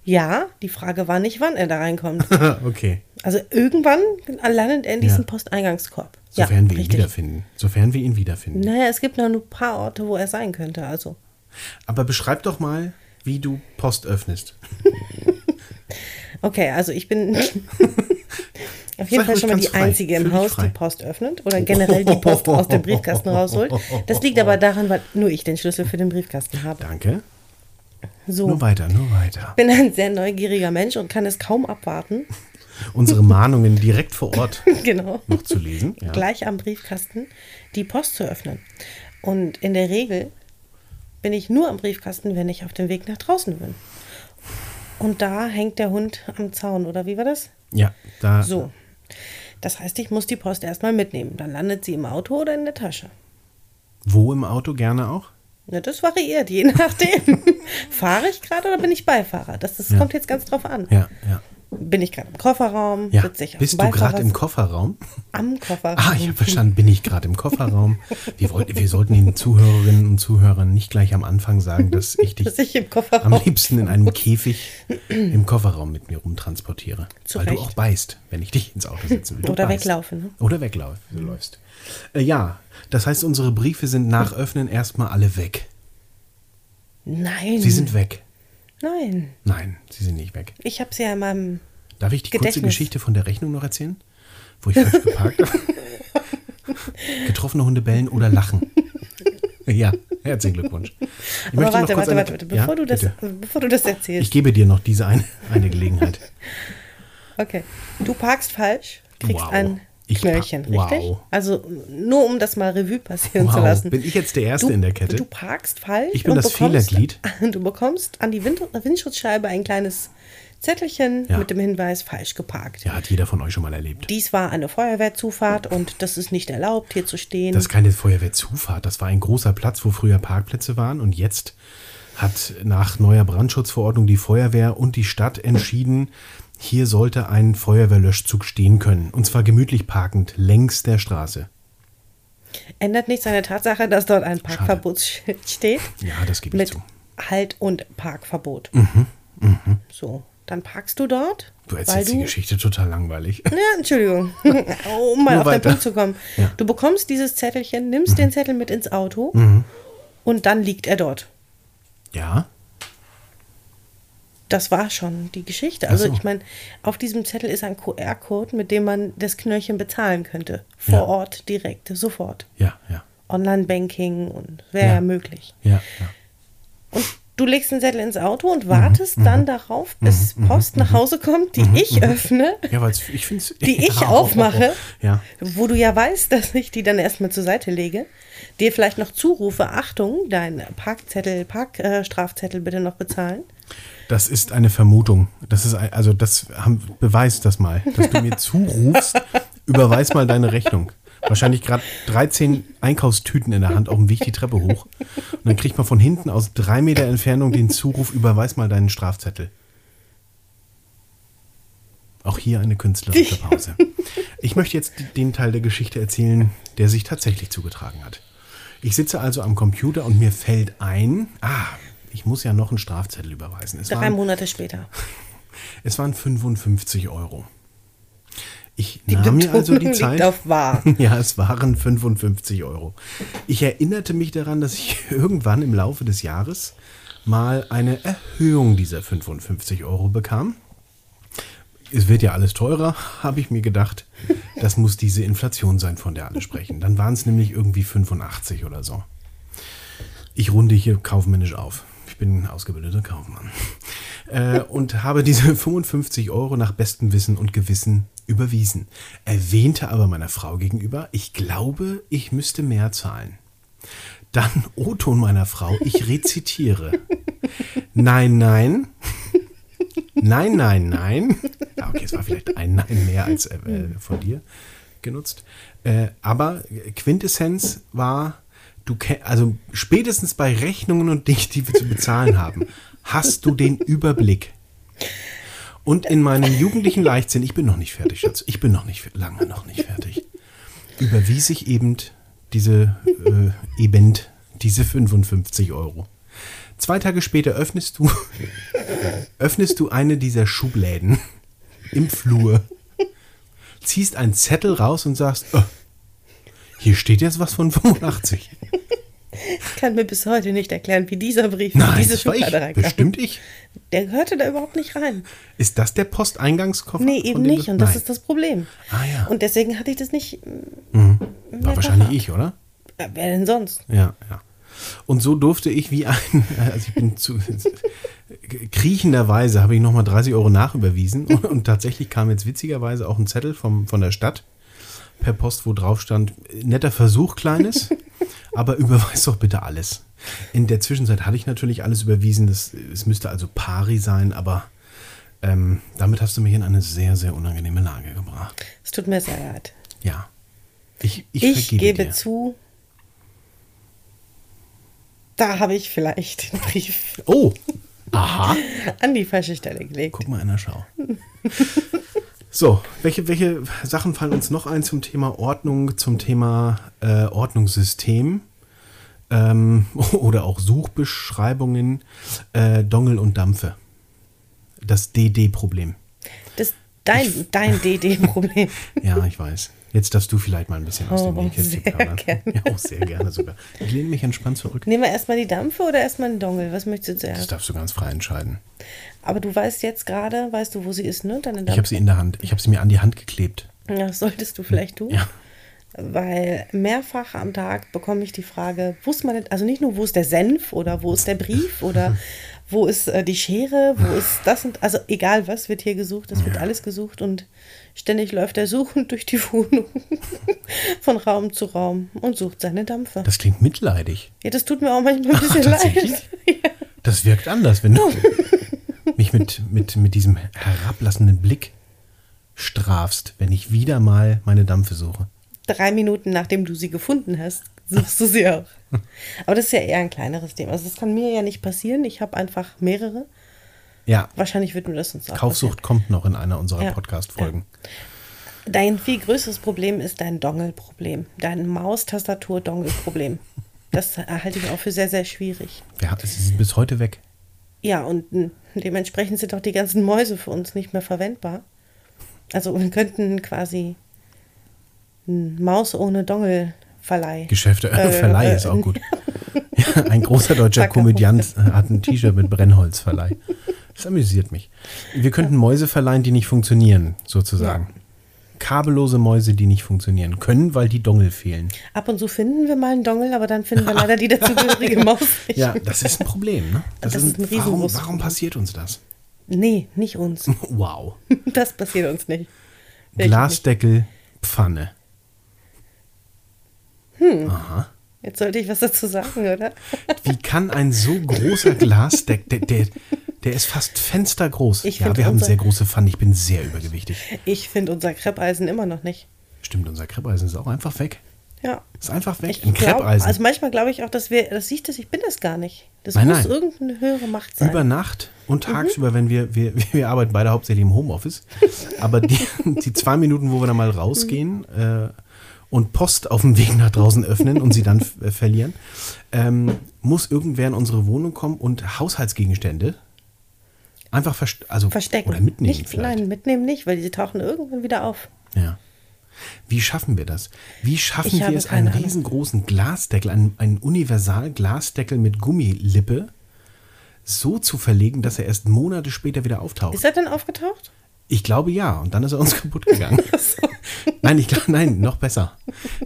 Ja, die Frage war nicht, wann er da reinkommt.
okay.
Also irgendwann landet er in
Ja.
diesem Posteingangskorb.
Sofern wir ihn
richtig. Ne?
wiederfinden. Sofern wir ihn wiederfinden.
Naja, es gibt noch ein paar Orte, wo er sein könnte. Also
Aber beschreib doch mal, wie du Post öffnest.
Okay, also ich bin auf jeden
Sag
Fall
ruhig
schon mal
ganz
die
frei.
Einzige im
Fühl dich
Haus,
frei.
die Post öffnet oder generell die Post aus dem Briefkasten rausholt. Das liegt aber daran, weil nur ich den Schlüssel für den Briefkasten habe.
Danke.
So,
Nur weiter, nur weiter.
bin ein sehr neugieriger Mensch und kann es kaum abwarten.
Unsere Mahnungen direkt vor Ort
genau.
noch zu lesen. Ja.
Gleich am Briefkasten die Post zu öffnen. Und in der Regel bin ich nur am Briefkasten, wenn ich auf dem Weg nach draußen bin. Und da hängt der Hund am Zaun, oder wie war das?
ja, da
So. Das heißt, ich muss die Post erstmal mitnehmen. Dann landet sie im Auto oder in der Tasche.
Wo im Auto gerne auch?
Ne, das variiert, je nachdem. Fahre ich gerade oder bin ich Beifahrer? Das, das
Ja.
kommt jetzt ganz drauf an.
Ja, ja.
Bin ich gerade im Kofferraum?
ja.
Sitze ich auf
Bist
dem
du gerade im
Beifahrersitz?
Kofferraum?
Am Kofferraum.
Ah, ich habe verstanden, bin ich gerade im Kofferraum? Wir, wollten, wir sollten den Zuhörerinnen und Zuhörern nicht gleich am Anfang sagen, dass ich dich
Dass ich im
am
Kofferraum.
liebsten in einem Käfig im Kofferraum mit mir rumtransportiere.
Zu
weil
Recht.
du auch beißt, wenn ich dich ins Auto setzen will. Du
Oder
beißt.
weglaufen, ne?
Oder weglaufen, du läufst. Äh, ja, das heißt, unsere Briefe sind nach Öffnen erstmal alle weg.
Nein.
Sie sind weg.
Nein.
Nein, sie sind nicht weg.
Ich habe sie ja in meinem.
Darf ich die kurze
Gedächtnis.
Geschichte von der Rechnung noch erzählen? Wo ich falsch geparkt habe? Getroffene Hunde bellen oder lachen. ja, herzlichen Glückwunsch. Ich
Aber warte, warte,
eine-
warte, warte, bevor,
Ja,
du das,
bitte.
bevor du das erzählst.
Ich gebe dir noch diese eine, eine Gelegenheit.
Okay. Du parkst falsch, kriegst
Wow.
ein
Ich pa-
Knöllchen,
wow.
richtig? Also nur um das mal Revue passieren zu
Wow,
lassen.
bin ich jetzt der Erste
du,
in der Kette?
Du parkst falsch.
Ich bin
und
das
bekommst-
Fehlerglied.
Du bekommst an die Wind Windschutzscheibe ein kleines Zettelchen
Ja.
mit dem Hinweis, falsch geparkt.
Ja, hat jeder von euch schon mal erlebt.
Dies war eine Feuerwehrzufahrt und das ist nicht erlaubt, hier zu stehen.
Das ist keine Feuerwehrzufahrt. Das war ein großer Platz, wo früher Parkplätze waren. Und jetzt hat nach neuer Brandschutzverordnung die Feuerwehr und die Stadt entschieden, hier sollte ein Feuerwehrlöschzug stehen können. Und zwar gemütlich parkend längs der Straße.
Ändert nichts an der Tatsache, dass dort ein Parkverbotsschild steht.
Ja, das gebe ich
mit
zu. Mhm,
Halt- und Parkverbot. So, dann parkst du dort.
Du
weil
erzählst die
du-
Geschichte total langweilig.
Ja, Entschuldigung. um mal
Nur
auf den
weiter.
Punkt zu kommen.
Ja. Mhm.
Du bekommst dieses Zettelchen, nimmst den Zettel mit ins Auto und dann liegt er dort.
Ja?
Das war schon die Geschichte.
Ach
Also
so.
ich meine, auf diesem Zettel ist ein QR-Code, mit dem man das Knöllchen bezahlen könnte. Vor
Ja.
Ort, direkt, sofort.
Ja, ja.
Online-Banking und wäre ja.
Ja.
möglich.
Ja, ja.
Und du legst den Zettel ins Auto und wartest
Mhm.
dann darauf, bis Post nach Hause kommt, die ich öffne.
Ja, weil es- ich finde es.
die ich aufmache,
Ja.
wo du ja weißt, dass ich die dann erstmal zur Seite lege, dir vielleicht noch zurufe, Achtung, dein Parkzettel, Parkstrafzettel äh, Strafzettel bitte noch bezahlen.
Das ist eine Vermutung. Das ist ein, also das haben, beweis das mal, dass du mir zurufst, überweis mal deine Rechnung. Wahrscheinlich gerade 13 Einkaufstüten in der Hand auf dem Weg die Treppe hoch. Und dann kriegt man von hinten aus drei Meter Entfernung den Zuruf, überweis mal deinen Strafzettel. Auch hier eine künstlerische Pause. Ich möchte jetzt den Teil der Geschichte erzählen, der sich tatsächlich zugetragen hat. Ich sitze also am Computer und mir fällt ein, ah, ich muss ja noch einen Strafzettel überweisen. Es
Drei
waren-
Monate später.
es waren 55 Euro. Ich
Die
nahm mir also die
Betonung
Zeit.
liegt auf wahr.
Ja, es waren 55 Euro. Ich erinnerte mich daran, dass ich irgendwann im Laufe des Jahres mal eine Erhöhung dieser 55 Euro bekam. Es wird ja alles teurer, habe ich mir gedacht. Das muss diese Inflation sein, von der alle sprechen. Dann waren es nämlich irgendwie 85 oder so. Ich runde hier kaufmännisch auf. Ich bin ausgebildeter Kaufmann. Äh, und habe diese 55 Euro nach bestem Wissen und Gewissen überwiesen. Erwähnte aber meiner Frau gegenüber, ich glaube, ich müsste mehr zahlen. Dann O-Ton meiner Frau, ich rezitiere. Nein, nein. Nein, nein, nein. Ah, okay, es war vielleicht ein Nein mehr als äh, äh, von dir genutzt. Äh, aber Quintessenz war, du ke- also spätestens bei Rechnungen und Dingen, die wir zu bezahlen haben, hast du den Überblick. Und in meinem jugendlichen Leichtsinn, ich bin noch nicht fertig, Schatz. Ich bin noch nicht, fe- lange noch nicht fertig. Überwies ich eben diese äh, eben diese 55 Euro. Zwei Tage später öffnest du öffnest du eine dieser Schubläden im Flur, ziehst einen Zettel raus und sagst, oh, hier steht jetzt was von 85.
Ich kann mir bis heute nicht erklären, wie dieser Brief in
Nein,
diese
das war
Schublade
ich.
reinkam.
Bestimmt ich.
Der gehörte da überhaupt nicht rein.
Ist das der Posteingangskorb?
Nee, eben nicht. Und das ist das Problem.
Ah, ja.
Und deswegen hatte ich das nicht. äh,
War wahrscheinlich ich, oder?
Wer denn sonst?
Ja, ja. Und so durfte ich wie ein, also ich bin zu, kriechenderweise habe ich nochmal 30 Euro nachüberwiesen und, und tatsächlich kam jetzt witzigerweise auch ein Zettel vom, von der Stadt per Post, wo drauf stand, netter Versuch, Kleines, aber überweis doch bitte alles. In der Zwischenzeit hatte ich natürlich alles überwiesen, das, es müsste also pari sein, aber ähm, damit hast du mich in eine sehr, sehr unangenehme Lage gebracht.
Es tut mir sehr leid.
Ja. Ich, ich,
Ich
vergebe
gebe
dir.
zu, da habe ich vielleicht den Brief
Oh! Aha!
an die falsche Stelle gelegt.
Guck mal in der Schau. So, welche, welche Sachen fallen uns noch ein zum Thema Ordnung, zum Thema äh, Ordnungssystem ähm, oder auch Suchbeschreibungen, äh, Dongel und Dampfe. Das DD-Problem.
Das dein, dein DD-Problem.
Ja, ich weiß. Jetzt darfst du vielleicht mal ein bisschen aus dem
Oh,
Nähkästchen
sehr
plaudern.
gerne.
Ja, auch sehr gerne sogar. Ich lehne mich entspannt zurück.
Nehmen wir erstmal die Dampfe oder erstmal einen Dongel? Was möchtest du
Das
zuerst?
darfst du ganz frei entscheiden.
Aber du weißt jetzt gerade, weißt du, wo sie ist, ne? Deine
Ich habe
Dampfe.
sie in der Hand. Ich habe sie mir an die Hand geklebt.
Ja, solltest du vielleicht tun.
Ja.
Weil mehrfach am Tag bekomme ich die Frage, wo ist meine, also nicht nur, wo ist der Senf oder wo ist der Brief oder wo ist äh, die Schere, wo ist das und, also egal was wird hier gesucht, es wird alles gesucht und ständig läuft er suchend durch die Wohnung von Raum zu Raum und sucht seine Dampfe.
Das klingt mitleidig.
Ja, das tut mir auch manchmal ein bisschen
tatsächlich?
leid. Ja.
Das wirkt anders, wenn du
Oh.
mich mit, mit, mit diesem herablassenden Blick strafst, wenn ich wieder mal meine Dampfe suche.
drei Minuten nachdem du sie gefunden hast, suchst du sie auch. Aber das ist ja eher ein kleineres Thema. Also das kann mir ja nicht passieren. Ich habe einfach mehrere.
Ja,
Wahrscheinlich wird mir das sonst auch
Kaufsucht kommt noch in einer unserer
Ja,
Podcast-Folgen.
passieren. Dein viel größeres Problem ist dein Dongle-Problem. Dein Maustastatur-Dongle-Problem. Das halte ich auch für sehr, sehr schwierig.
Ja, es ist bis heute weg.
Ja, und mh, dementsprechend sind auch die ganzen Mäuse für uns nicht mehr verwendbar. Also wir könnten quasi einen Maus ohne Dongle-Verleih.
Geschäfte,
Äh,
Verleih ist
äh,
auch gut. Ja, ein großer deutscher
Danke.
Komödiant hat ein T-Shirt mit Brennholzverleih. Das amüsiert mich. Wir könnten Mäuse verleihen, die nicht funktionieren, sozusagen. Kabellose Mäuse, die nicht funktionieren können, weil die Dongel fehlen.
Ab und zu finden wir mal einen Dongle, aber dann finden wir leider die dazugehörige Maus nicht.
Ja, das ist ein Problem. Ne?
Das ist ein
warum,
riesengroßes
warum passiert uns das?
Nee, nicht uns.
Wow.
Das passiert uns nicht. Wirklich nicht.
Glasdeckel, Pfanne.
Jetzt sollte ich was dazu sagen, oder?
Wie kann ein so großer Glasdeck, der, der, der ist fast fenstergroß.
Ich
ja,
find
wir haben
unser-
sehr große Pfannen. Ich bin sehr übergewichtig.
Ich finde unser Kreppeisen immer noch nicht.
Stimmt, unser Kreppeisen ist auch einfach weg.
Ja.
Ist einfach weg.
Ich
ein
glaub,
Kreppeisen.
also manchmal glaube ich auch, dass wir, das sieht das, ich bin das gar nicht. Das
Nein,
muss
nein.
irgendeine höhere Macht sein.
Über Nacht und
Mhm.
tagsüber, wenn wir, wir, wir arbeiten beide hauptsächlich im Homeoffice. Aber die, die zwei Minuten, wo wir dann mal rausgehen äh, und Post auf dem Weg nach draußen öffnen und sie dann f- äh, verlieren, ähm, muss irgendwer in unsere Wohnung kommen und Haushaltsgegenstände einfach verst also,
Verstecken.
oder mitnehmen.
Nicht,
vielleicht.
Nein, mitnehmen nicht, weil die tauchen irgendwann wieder auf.
Ja. Wie schaffen wir das? Wie schaffen
Ich
wir
habe
es, einen
keine Ahnung.
riesengroßen Glasdeckel, einen, einen Universal-Glasdeckel mit Gummilippe so zu verlegen, dass er erst Monate später wieder auftaucht?
Ist er denn aufgetaucht?
Ich glaube ja, und dann ist er uns kaputt gegangen. nein, ich glaube, nein, noch besser.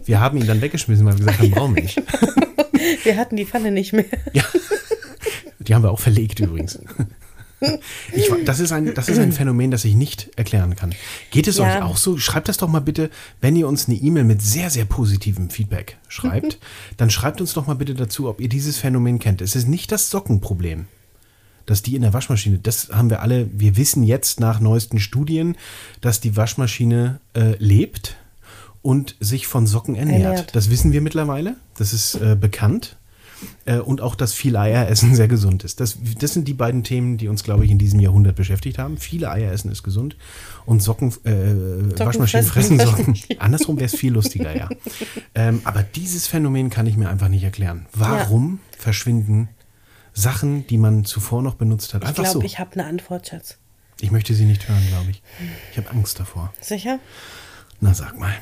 Wir haben ihn dann weggeschmissen, weil wir gesagt haben, brauchen wir nicht.
Wir hatten die Pfanne nicht mehr.
Die haben wir auch verlegt übrigens. Ich, wa- das, ist ein, das ist ein Phänomen, das ich nicht erklären kann. Geht es
Ja.
euch auch so? Schreibt das doch mal bitte, wenn ihr uns eine E-Mail mit sehr, sehr positivem Feedback schreibt,
Mhm.
dann schreibt uns doch mal bitte dazu, ob ihr dieses Phänomen kennt. Es ist nicht das Sockenproblem, dass die in der Waschmaschine, das haben wir alle, wir wissen jetzt nach neuesten Studien, dass die Waschmaschine äh, lebt und sich von Socken ernährt.
Ernährt.
Das wissen wir mittlerweile, das ist äh, bekannt. Äh, und auch, dass viel Eier essen sehr gesund ist. Das, das sind die beiden Themen, die uns, glaube ich, in diesem Jahrhundert beschäftigt haben. Viele Eier essen ist gesund und Socken, äh, Waschmaschinen fressen
fressen
Socken. Andersrum wäre es viel lustiger, ja. Ähm, aber dieses Phänomen kann ich mir einfach nicht erklären. Warum verschwinden Sachen, die man zuvor noch benutzt hat?
Ich
Einfach
glaube,
so.
ich habe eine Antwort, Schatz.
Ich möchte sie nicht hören, glaube ich. Ich habe Angst davor.
Sicher?
Na, sag mal.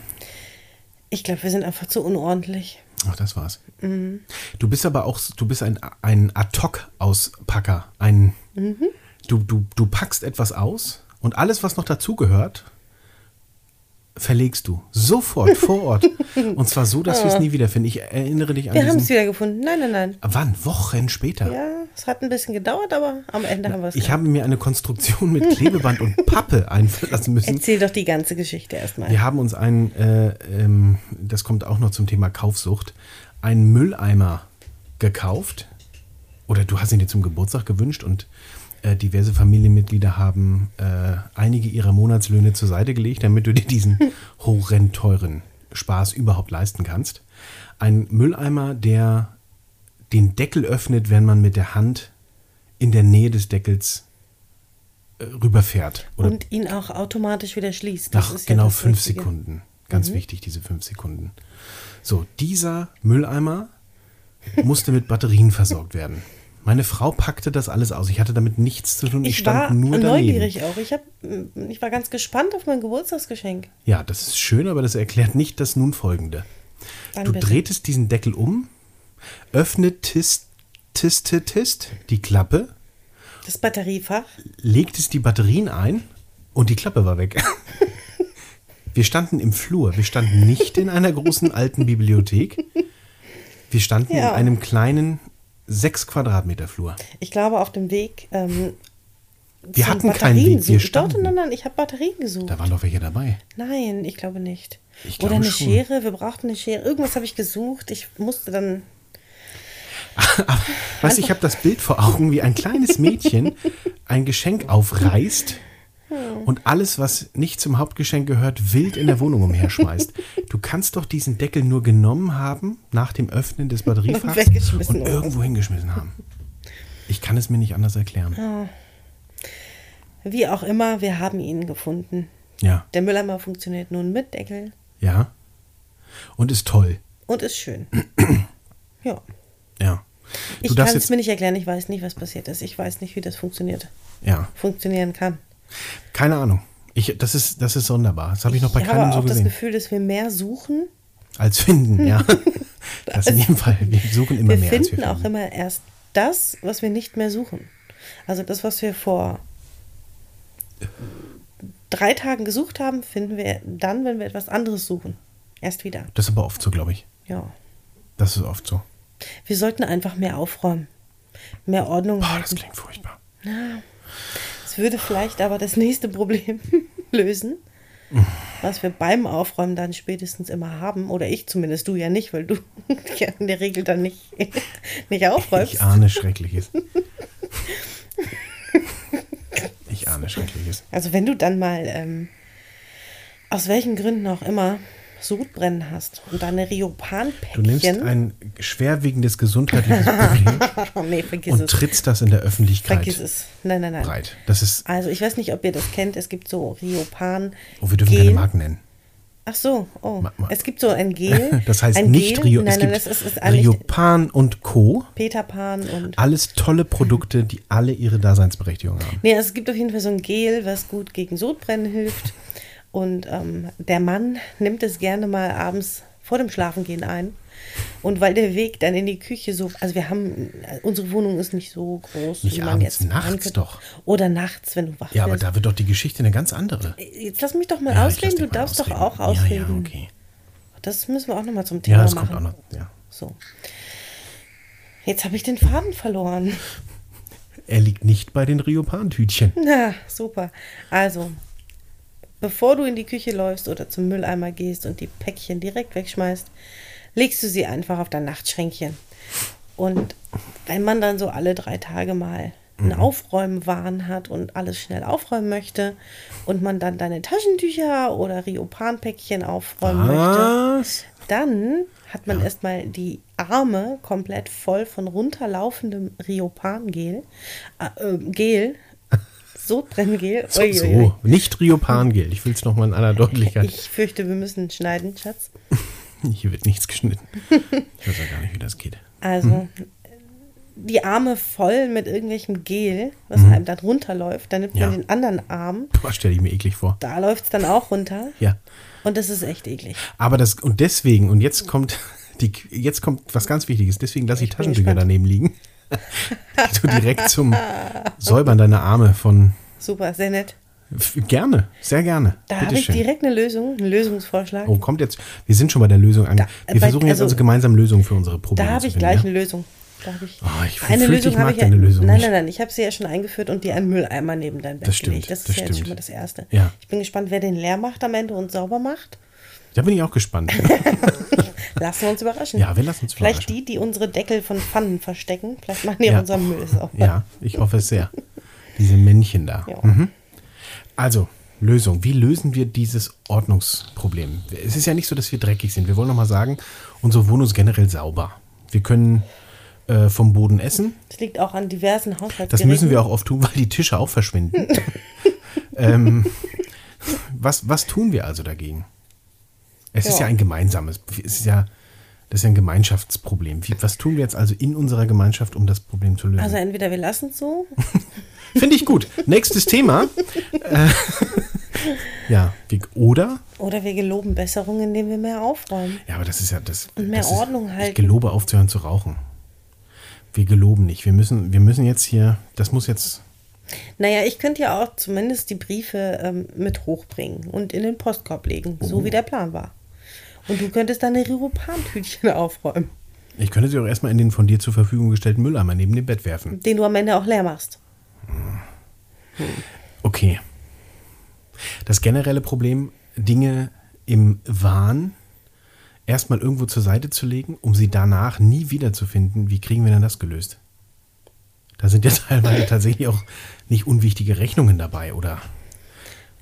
Ich glaube, wir sind einfach zu unordentlich.
Ach, das war's. Du bist aber auch, du bist ein, ein Ad-Hoc-Auspacker. Ein, du, du, du packst etwas aus und alles, was noch dazugehört, verlegst du. Sofort, vor Ort. und zwar so, dass wir es nie wiederfinden. Ich erinnere dich an
Ah. Wir haben es
diesen...
wieder gefunden. Nein, nein, nein.
Wann? Wochen später?
Ja, es hat ein bisschen gedauert, aber am Ende haben wir es
Ich habe mir eine Konstruktion mit Klebeband und Pappe einfallen lassen müssen.
Erzähl doch die ganze Geschichte erstmal.
Wir haben uns einen, äh, ähm, das kommt auch noch zum Thema Kaufsucht, einen Mülleimer gekauft. Oder du hast ihn dir zum Geburtstag gewünscht und äh, diverse Familienmitglieder haben äh, einige ihrer Monatslöhne zur Seite gelegt, damit du dir diesen horrend teuren Spaß überhaupt leisten kannst. Ein Mülleimer, der den Deckel öffnet, wenn man mit der Hand in der Nähe des Deckels äh, rüberfährt oder
Und ihn auch automatisch wieder schließt. Das
nach
ist ja
genau
das
fünf
Wichtige. Mhm.
Sekunden. Ganz wichtig, diese fünf Sekunden. So, dieser Mülleimer musste mit Batterien versorgt werden. Meine Frau packte das alles aus. Ich hatte damit nichts zu tun. Ich,
Ich, war
stand nur daneben.
neugierig auch. Ich, hab, ich war ganz gespannt auf mein Geburtstagsgeschenk.
Ja, das ist schön, aber das erklärt nicht das nun folgende.
Dann
Du
bitte.
drehtest diesen Deckel um, öffnetest tist, tist, tist, die Klappe,
Das Batteriefach.
legtest die Batterien ein und die Klappe war weg. Wir standen im Flur. Wir standen nicht in einer großen alten Bibliothek. Wir standen
Ja.
in einem kleinen sechs Quadratmeter Flur.
Ich glaube, auf dem Weg. Ähm,
Wir
zum
hatten keinen Weg, wir
Batterien suchen- Doch,
standen.
nein, nein, ich habe Batterien gesucht.
Da waren doch welche dabei.
Nein, ich glaube nicht.
Ich
Oder
glaube
eine
schon.
Schere, wir brauchten eine Schere. Irgendwas habe ich gesucht. Ich musste dann.
Weißt du,
Also-
ich habe das Bild vor Augen, wie ein kleines Mädchen ein Geschenk aufreißt und alles, was nicht zum Hauptgeschenk gehört, wild in der Wohnung umherschmeißt. Du kannst doch diesen Deckel nur genommen haben nach dem Öffnen des Batteriefachs
weggeschmissen
und
haben.
irgendwo hingeschmissen haben. Ich kann es mir nicht anders erklären.
Wie auch immer, wir haben ihn gefunden.
Ja,
Der Mülleimer funktioniert nun mit Deckel
ja. Und ist toll.
und ist schön. ja.
Ja. Du
Ich kann
darfst
es
jetzt.
mir nicht erklären, ich weiß nicht, was passiert ist. Ich weiß nicht, wie das funktioniert.
Ja,
Funktionieren kann.
keine Ahnung. Ich, das, ist, das ist sonderbar. Das habe ich noch bei
ich habe
keinem
auch
so
das
gesehen.
Gefühl, dass wir mehr suchen.
Als finden, ja. Das in jedem Fall. Wir suchen immer
Wir
mehr.
finden
als wir
auch immer erst das, was wir nicht mehr suchen. Also das, was wir vor drei Tagen gesucht haben, finden wir dann, wenn wir etwas anderes suchen. Erst wieder.
Das ist aber oft so, glaube ich.
Ja.
Das ist oft so.
Wir sollten einfach mehr aufräumen. Mehr Ordnung
Boah, Ah, das
halten.
klingt furchtbar.
Das würde vielleicht aber das nächste Problem lösen, was wir beim Aufräumen dann spätestens immer haben. Oder ich zumindest, du ja nicht, weil du ja in der Regel dann nicht, nicht aufräumst.
Ich ahne Schreckliches. ich ahne Schreckliches.
Also wenn du dann mal ähm, aus welchen Gründen auch immer Sodbrennen hast und deine
Du nimmst
Riopan-Päckchen.
ein schwerwiegendes gesundheitliches Problem
Oh, nee, vergiss
und
es.
trittst das in der Öffentlichkeit
Vergiss es. Nein, nein, nein.
breit. Das ist.
Also ich weiß nicht, ob ihr das kennt. Es gibt so Riopan.
Oh, wir dürfen
Gel.
keine Marken nennen.
Ach so, oh.
Ma- ma-
Es gibt so ein Gel.
Das heißt
ein
nicht
Gel.
Rio.
Nein,
es
nein,
gibt
das ist, ist eigentlich
Riopan und Co.
Peter Pan und.
Alles tolle Produkte, die alle ihre Daseinsberechtigung haben.
Nee, also es gibt auf jeden Fall so ein Gel, was gut gegen Sodbrennen hilft. Und ähm, der Mann nimmt es gerne mal abends vor dem Schlafengehen ein. Und weil der Weg dann in die Küche so, also wir haben, unsere Wohnung ist nicht so groß,
Nicht
wie man
abends,
jetzt fahren
nachts
könnte.
doch.
Oder nachts, wenn du wach
Ja, aber
bist. Äh,
da wird doch die Geschichte eine ganz andere.
Jetzt lass mich doch mal
Ja, ich lass
ausreden,
dich
du
mal
darfst
ausreden.
doch auch ausreden.
Ja, ja, okay.
Das müssen wir auch nochmal zum Thema
Ja, das
machen.
kommt auch noch. Ja.
So. Jetzt habe ich den Faden verloren.
Er liegt nicht bei den Riopan-Tütchen.
Na, super. Also, bevor du in die Küche läufst oder zum Mülleimer gehst und die Päckchen direkt wegschmeißt, legst du sie einfach auf dein Nachtschränkchen. Und wenn man dann so alle drei Tage mal einen Aufräumwahn hat und alles schnell aufräumen möchte und man dann deine Taschentücher oder Riopan-Päckchen aufräumen möchte,
Was?
dann hat man erstmal die Arme komplett voll von runterlaufendem Riopan-Gel, äh, ähm, Gel, Sodbrenngel.
So,
Uiuiui.
so. nicht Riopangel. Ich will es nochmal in aller Deutlichkeit.
Ich fürchte, wir müssen schneiden, Schatz.
Hier wird nichts geschnitten. Ich weiß ja gar nicht, wie das geht.
Also
Mhm.
die Arme voll mit irgendwelchem Gel, was einem dann runterläuft. Dann nimmt
Mhm. Ja.
man den anderen Arm,
Boah, stelle ich mir eklig vor.
da läuft es dann auch runter.
Ja.
Und das ist echt eklig.
Aber das, und deswegen, und jetzt kommt, die, jetzt kommt was ganz Wichtiges. Deswegen lasse ich,
bin
Taschentücher
gespannt.
daneben liegen. Die du direkt zum Säubern deiner Arme von.
Super, sehr nett.
f- Gerne, sehr gerne.
Da habe ich direkt eine Lösung, einen Lösungsvorschlag.
Oh, kommt jetzt. Wir sind schon bei der Lösung ange.
Da-
wir
bei-
versuchen jetzt
also-
unsere gemeinsame Lösung für unsere Probleme
Da habe
zu
ich
finden,
gleich
ja?
eine Lösung. Da habe ich
Ah, ich fühle, ich mag deine
ja,
Lösung
Nein,
nicht.
nein, nein. Ich habe sie ja schon eingeführt und dir einen Mülleimer neben dein Bett
Das stimmt,
gelegt. Das ist
das
ja jetzt schon
stimmt.
mal das Erste.
Ja.
Ich bin gespannt, wer den leer macht am Ende und sauber macht.
Da bin ich auch gespannt.
Lassen wir uns überraschen.
Ja, wir lassen uns
Vielleicht
überraschen.
die, die unsere Deckel von Pfannen verstecken, vielleicht machen die
Ja.
unseren Müll sauber.
ja, Mhm. ich hoffe es sehr. Diese Männchen da.
Ja.
Also, Lösung. Wie lösen wir dieses Ordnungsproblem? Es ist ja nicht so, dass wir dreckig sind. Wir wollen nochmal sagen, unsere Wohnung ist generell sauber. Wir können äh, vom Boden essen.
Das liegt auch an diversen
Das
Haushaltsgeräten.
müssen wir auch oft tun, weil die Tische auch verschwinden. ähm, was, was tun wir also dagegen? Es ist
Ja.
ja ein gemeinsames, es ist ja, das ist ja ein Gemeinschaftsproblem. Wie, was tun wir jetzt also in unserer Gemeinschaft, um das Problem zu lösen?
Also entweder wir lassen es so,
Finde ich gut. Nächstes Thema. äh, ja, wie, oder?
oder wir geloben Besserung, indem wir mehr aufräumen.
Ja, aber das ist ja das.
Und mehr
das
Ordnung
ist,
halten.
Ich gelobe aufzuhören zu rauchen. Wir geloben nicht. Wir müssen, wir müssen jetzt hier, das muss jetzt,
Naja, ich könnte ja auch zumindest die Briefe ähm, mit hochbringen und in den Postkorb legen,
Oh.
so wie der Plan war. Und du könntest deine Riropan-Tütchen aufräumen,
Ich könnte sie auch erstmal in den von dir zur Verfügung gestellten Mülleimer neben dem Bett werfen.
den du am Ende auch leer machst.
Okay. Das generelle Problem, Dinge im Wahn erstmal irgendwo zur Seite zu legen, um sie danach nie wiederzufinden, wie kriegen wir denn das gelöst? Da sind ja teilweise tatsächlich auch nicht unwichtige Rechnungen dabei oder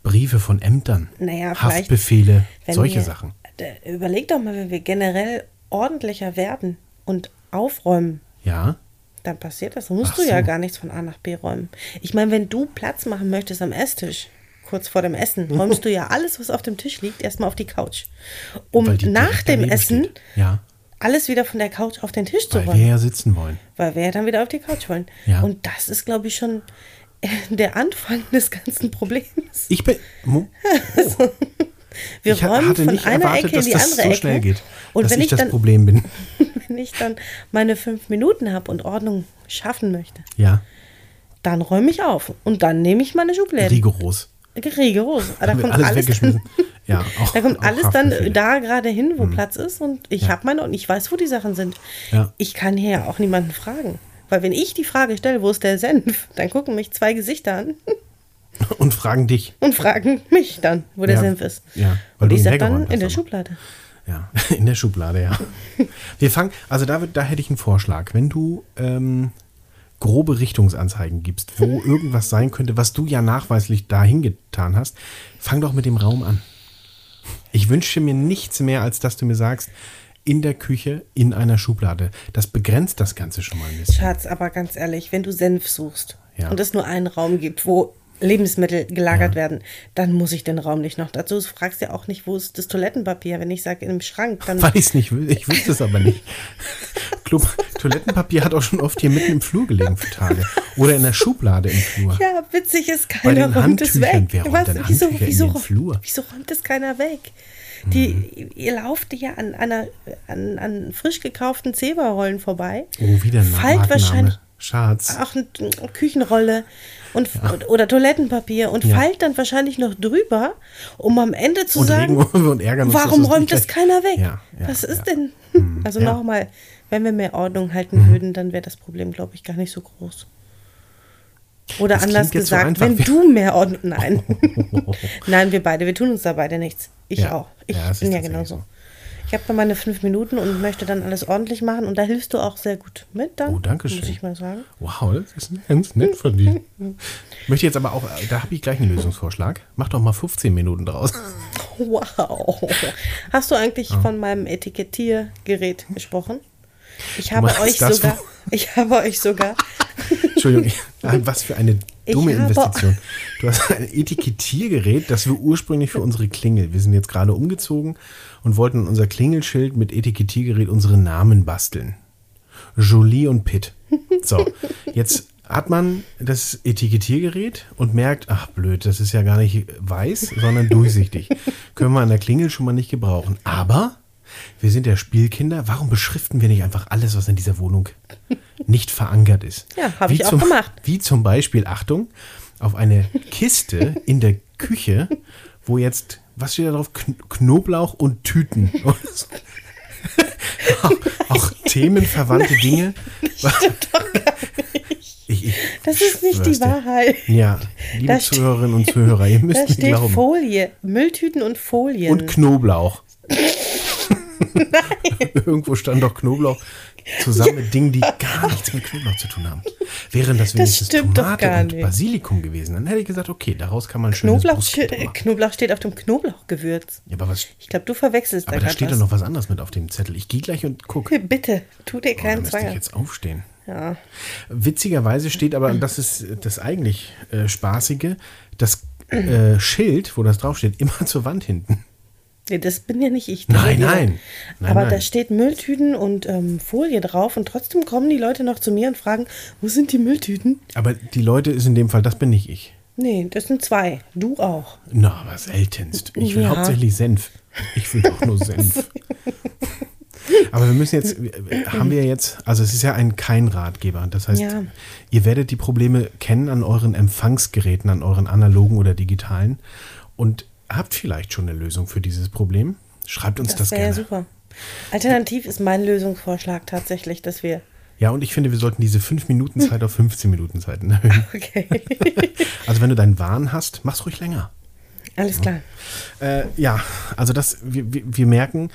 Briefe von Ämtern,
Naja, vielleicht,
Haftbefehle,
Wenn
solche
wir-
Sachen.
D- Überleg doch mal, wenn wir generell ordentlicher werden und aufräumen,
Ja,
dann passiert das. Dann musst
Ach
du ja
so.
gar nichts von A nach B räumen. Ich meine, wenn du Platz machen möchtest am Esstisch, kurz vor dem Essen, räumst du ja alles, was auf dem Tisch liegt, erstmal auf die Couch. Um
weil die
nach
direkt
dem
daneben
Essen
steht. Ja,
alles wieder von der Couch auf den Tisch zu
weil
räumen.
wir ja sitzen wollen.
weil wir ja dann wieder auf die Couch wollen.
Ja.
Und das ist, glaube ich, schon äh, der Anfang des ganzen Problems.
Ich bin. Mo,
Wir
ich ha-
räumen
hatte
von
nicht
einer
erwartet,
Ecke in
dass
die
das
andere
so
Ecke.
schnell geht.
Und
dass
wenn
ich
ich,
das
dann,
Problem bin.
wenn ich dann meine fünf Minuten habe und Ordnung schaffen möchte,
Ja,
dann räume ich auf. Und dann nehme ich meine Schubladen.
rigoros.
Rigoros. Da
Da wird
Ähm, kommt alles,
weggeschmissen. ja, auch,
Da kommt
auch
alles dann
Haftbefehle.
da gerade hin, wo Platz ist und ich
Ja.
habe meine und ich weiß, wo die Sachen sind.
Ja.
Ich kann hier ja auch niemanden fragen. Weil wenn ich die Frage stelle, wo ist der Senf, dann gucken mich zwei Gesichter an
Und fragen dich.
und fragen mich dann, wo der
Ja.
Senf ist.
Ja, weil
Weil und
du
ich
ihn
sag dann
weggeräumt
in der
hast, aber.
Schublade.
Ja, in der Schublade, ja. Wir fangen, also da, wird- da hätte ich einen Vorschlag. Wenn du ähm, grobe Richtungsanzeigen gibst, wo irgendwas sein könnte, was du ja nachweislich dahin getan hast, fang doch mit dem Raum an. Ich wünsche mir nichts mehr, als dass du mir sagst, in der Küche, in einer Schublade. Das begrenzt das Ganze schon mal ein bisschen.
Schatz, aber ganz ehrlich, wenn du Senf suchst
Ja.
und es nur einen Raum gibt, wo Lebensmittel gelagert
Ja.
werden, dann muss ich den Raum nicht noch dazu. Du fragst ja auch nicht, wo ist das Toilettenpapier. Wenn ich sage, im Schrank, dann
Weil ich es nicht will. Ich wüsste es aber nicht. Club, Toilettenpapier hat auch schon oft hier mitten im Flur gelegen für Tage. Oder in der Schublade im Flur.
Ja, witzig ist
Bei
keiner
den
räumt es
Handtüchern,
weg.
wer räumt denn
wieso,
Handtücher in
wieso,
den
räumt-
Flur? Mhm.
wieso räumt es keiner weg? Die, Ihr lauft ja an, einer, an, an frisch gekauften Zeberrollen vorbei.
Oh, wieder ein
Fallt
Markenname.
wahrscheinlich
Schatz.
auch eine Küchenrolle und, oder Toilettenpapier und
Ja.
fallt dann wahrscheinlich noch drüber, um am Ende zu
Und regen
sagen,
wir und ärgern uns. dass
warum
das
räumt
nicht
das
gleich-
keiner weg?
Ja, ja,
Was ist
ja. Hm,
denn? Also
ja. Mhm.
nochmal, wenn wir mehr Ordnung halten würden, dann wäre das Problem, glaube ich, gar nicht so groß. Oder
Das klingt
anders
jetzt so
gesagt,
einfach.
wenn
Wir-
du mehr Ordnung. Nein. Nein, wir beide, wir tun uns da beide nichts. Ich
Ja.
auch. Ich
Ja, es ist
bin ja
tatsächlich
genauso.
so.
Ich habe da meine fünf Minuten und möchte dann alles ordentlich machen und da hilfst du auch sehr gut mit dann.
Oh, danke schön.
Muss ich mal sagen.
Wow, das ist ganz nett von dir. Möchte jetzt aber auch, äh, da habe ich gleich einen Lösungsvorschlag. Mach doch mal 15 Minuten draus.
Wow. Hast du eigentlich von meinem Etikettiergerät gesprochen? Ich habe
meinst
euch
das,
sogar.
wo-
Ich habe euch sogar.
Entschuldigung, ich- was für eine
Ich
dumme
habe-
Investition. Du hast ein Etikettiergerät, das wir ursprünglich für unsere Klingel, wir sind jetzt gerade umgezogen und wollten in unser Klingelschild mit Etikettiergerät unsere Namen basteln. Jolie und Pitt. So, jetzt hat man das Etikettiergerät und merkt, ach blöd, das ist ja gar nicht weiß, sondern durchsichtig. Können wir an der Klingel schon mal nicht gebrauchen. Aber wir sind ja Spielkinder, warum beschriften wir nicht einfach alles, was in dieser Wohnung nicht verankert ist?
Ja, habe
Wie
ich auch
zum-
gemacht.
Wie zum Beispiel, Achtung, auf eine Kiste in der Küche, wo jetzt, was steht da drauf? Kn Knoblauch und Tüten. Oder so. auch, auch themenverwandte Dinge. Ich, ich
Das ist nicht die
schwör's dir.
Wahrheit.
Ja, liebe
Da steht-
Zuhörerinnen und Zuhörer, ihr
Da
müsst mir
steht
glauben.
Folie, Mülltüten und Folien.
Und Knoblauch. Irgendwo stand doch Knoblauch zusammen mit Dingen, die gar nichts mit Knoblauch zu tun haben. Wären das wenigstens
stimmt doch
Tomate
gar
und
nicht.
Basilikum gewesen, dann hätte ich gesagt, okay, daraus kann man ein schönes
Knoblauch,
Brustbrot machen.
Knoblauch steht auf dem Knoblauchgewürz.
Ja, aber was,
Ich glaube, du verwechselst
aber
da
da
gerade
steht doch
was.
noch was anderes mit auf dem Zettel. Ich gehe gleich und guck. Oh,
Bitte, tu dir
da
keinen
müsste
Zwang.
ich
an.
jetzt aufstehen.
Ja.
Witzigerweise steht aber, und das ist das eigentlich äh, Spaßige, das äh, Schild, wo das draufsteht, immer zur Wand hinten.
Nee, das bin ja nicht ich.
Nein,
Das-
nein. Nein,
Aber
nein.
da steht Mülltüten und ähm, Folie drauf und trotzdem kommen die Leute noch zu mir und fragen, wo sind die Mülltüten?
Aber die Leute ist in dem Fall, das bin nicht ich.
Nee, das sind zwei. Du auch.
Na, aber seltenst. Ich will
Ja.
hauptsächlich Senf. Ich will doch nur Senf. Aber wir müssen jetzt, haben wir jetzt, also es ist ja ein kein Ratgeber. Das heißt,
Ja.
ihr werdet die Probleme kennen an euren Empfangsgeräten, an euren analogen oder digitalen und habt vielleicht schon eine Lösung für dieses Problem. Schreibt uns das,
Das wäre
gerne.
ja super. Alternativ ist mein Lösungsvorschlag tatsächlich, dass wir.
Ja, und ich finde, wir sollten diese 5 Minuten Zeit auf 15 Minuten Zeiten erhöhen.
Okay,
Also wenn du deinen Wahn hast, mach's ruhig länger.
alles klar.
Äh, ja, also das, wir, wir wir merken,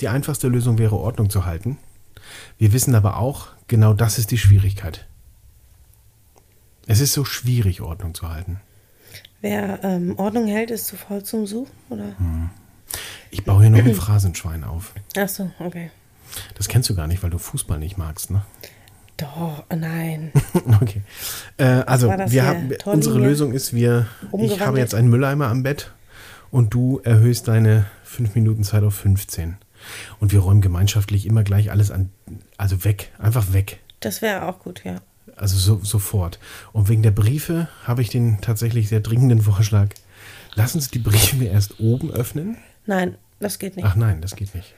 die einfachste Lösung wäre, Ordnung zu halten. Wir wissen aber auch, genau das ist die Schwierigkeit. Es ist so schwierig, Ordnung zu halten.
Wer ähm, Ordnung hält, ist zu faul zum Suchen, oder?
Hm. Ich baue hier noch ein Phrasenschwein auf.
Ach so, okay.
Das kennst du gar nicht, weil du Fußball nicht magst, ne?
Doch, oh nein.
Okay. Äh, also,
war das
wir
hier?
haben,
Torlinie?
unsere Lösung ist, wir, ich habe
Umgewandelt?
jetzt einen Mülleimer am Bett und du erhöhst deine 5 Minuten Zeit auf 15. Und wir räumen gemeinschaftlich immer gleich alles an, also weg, einfach weg.
Das wäre auch gut, ja.
Also so, sofort. Und wegen der Briefe habe ich den tatsächlich sehr dringenden Vorschlag. Lass uns die Briefe erst oben öffnen.
Nein, das geht nicht.
Ach nein, das geht nicht.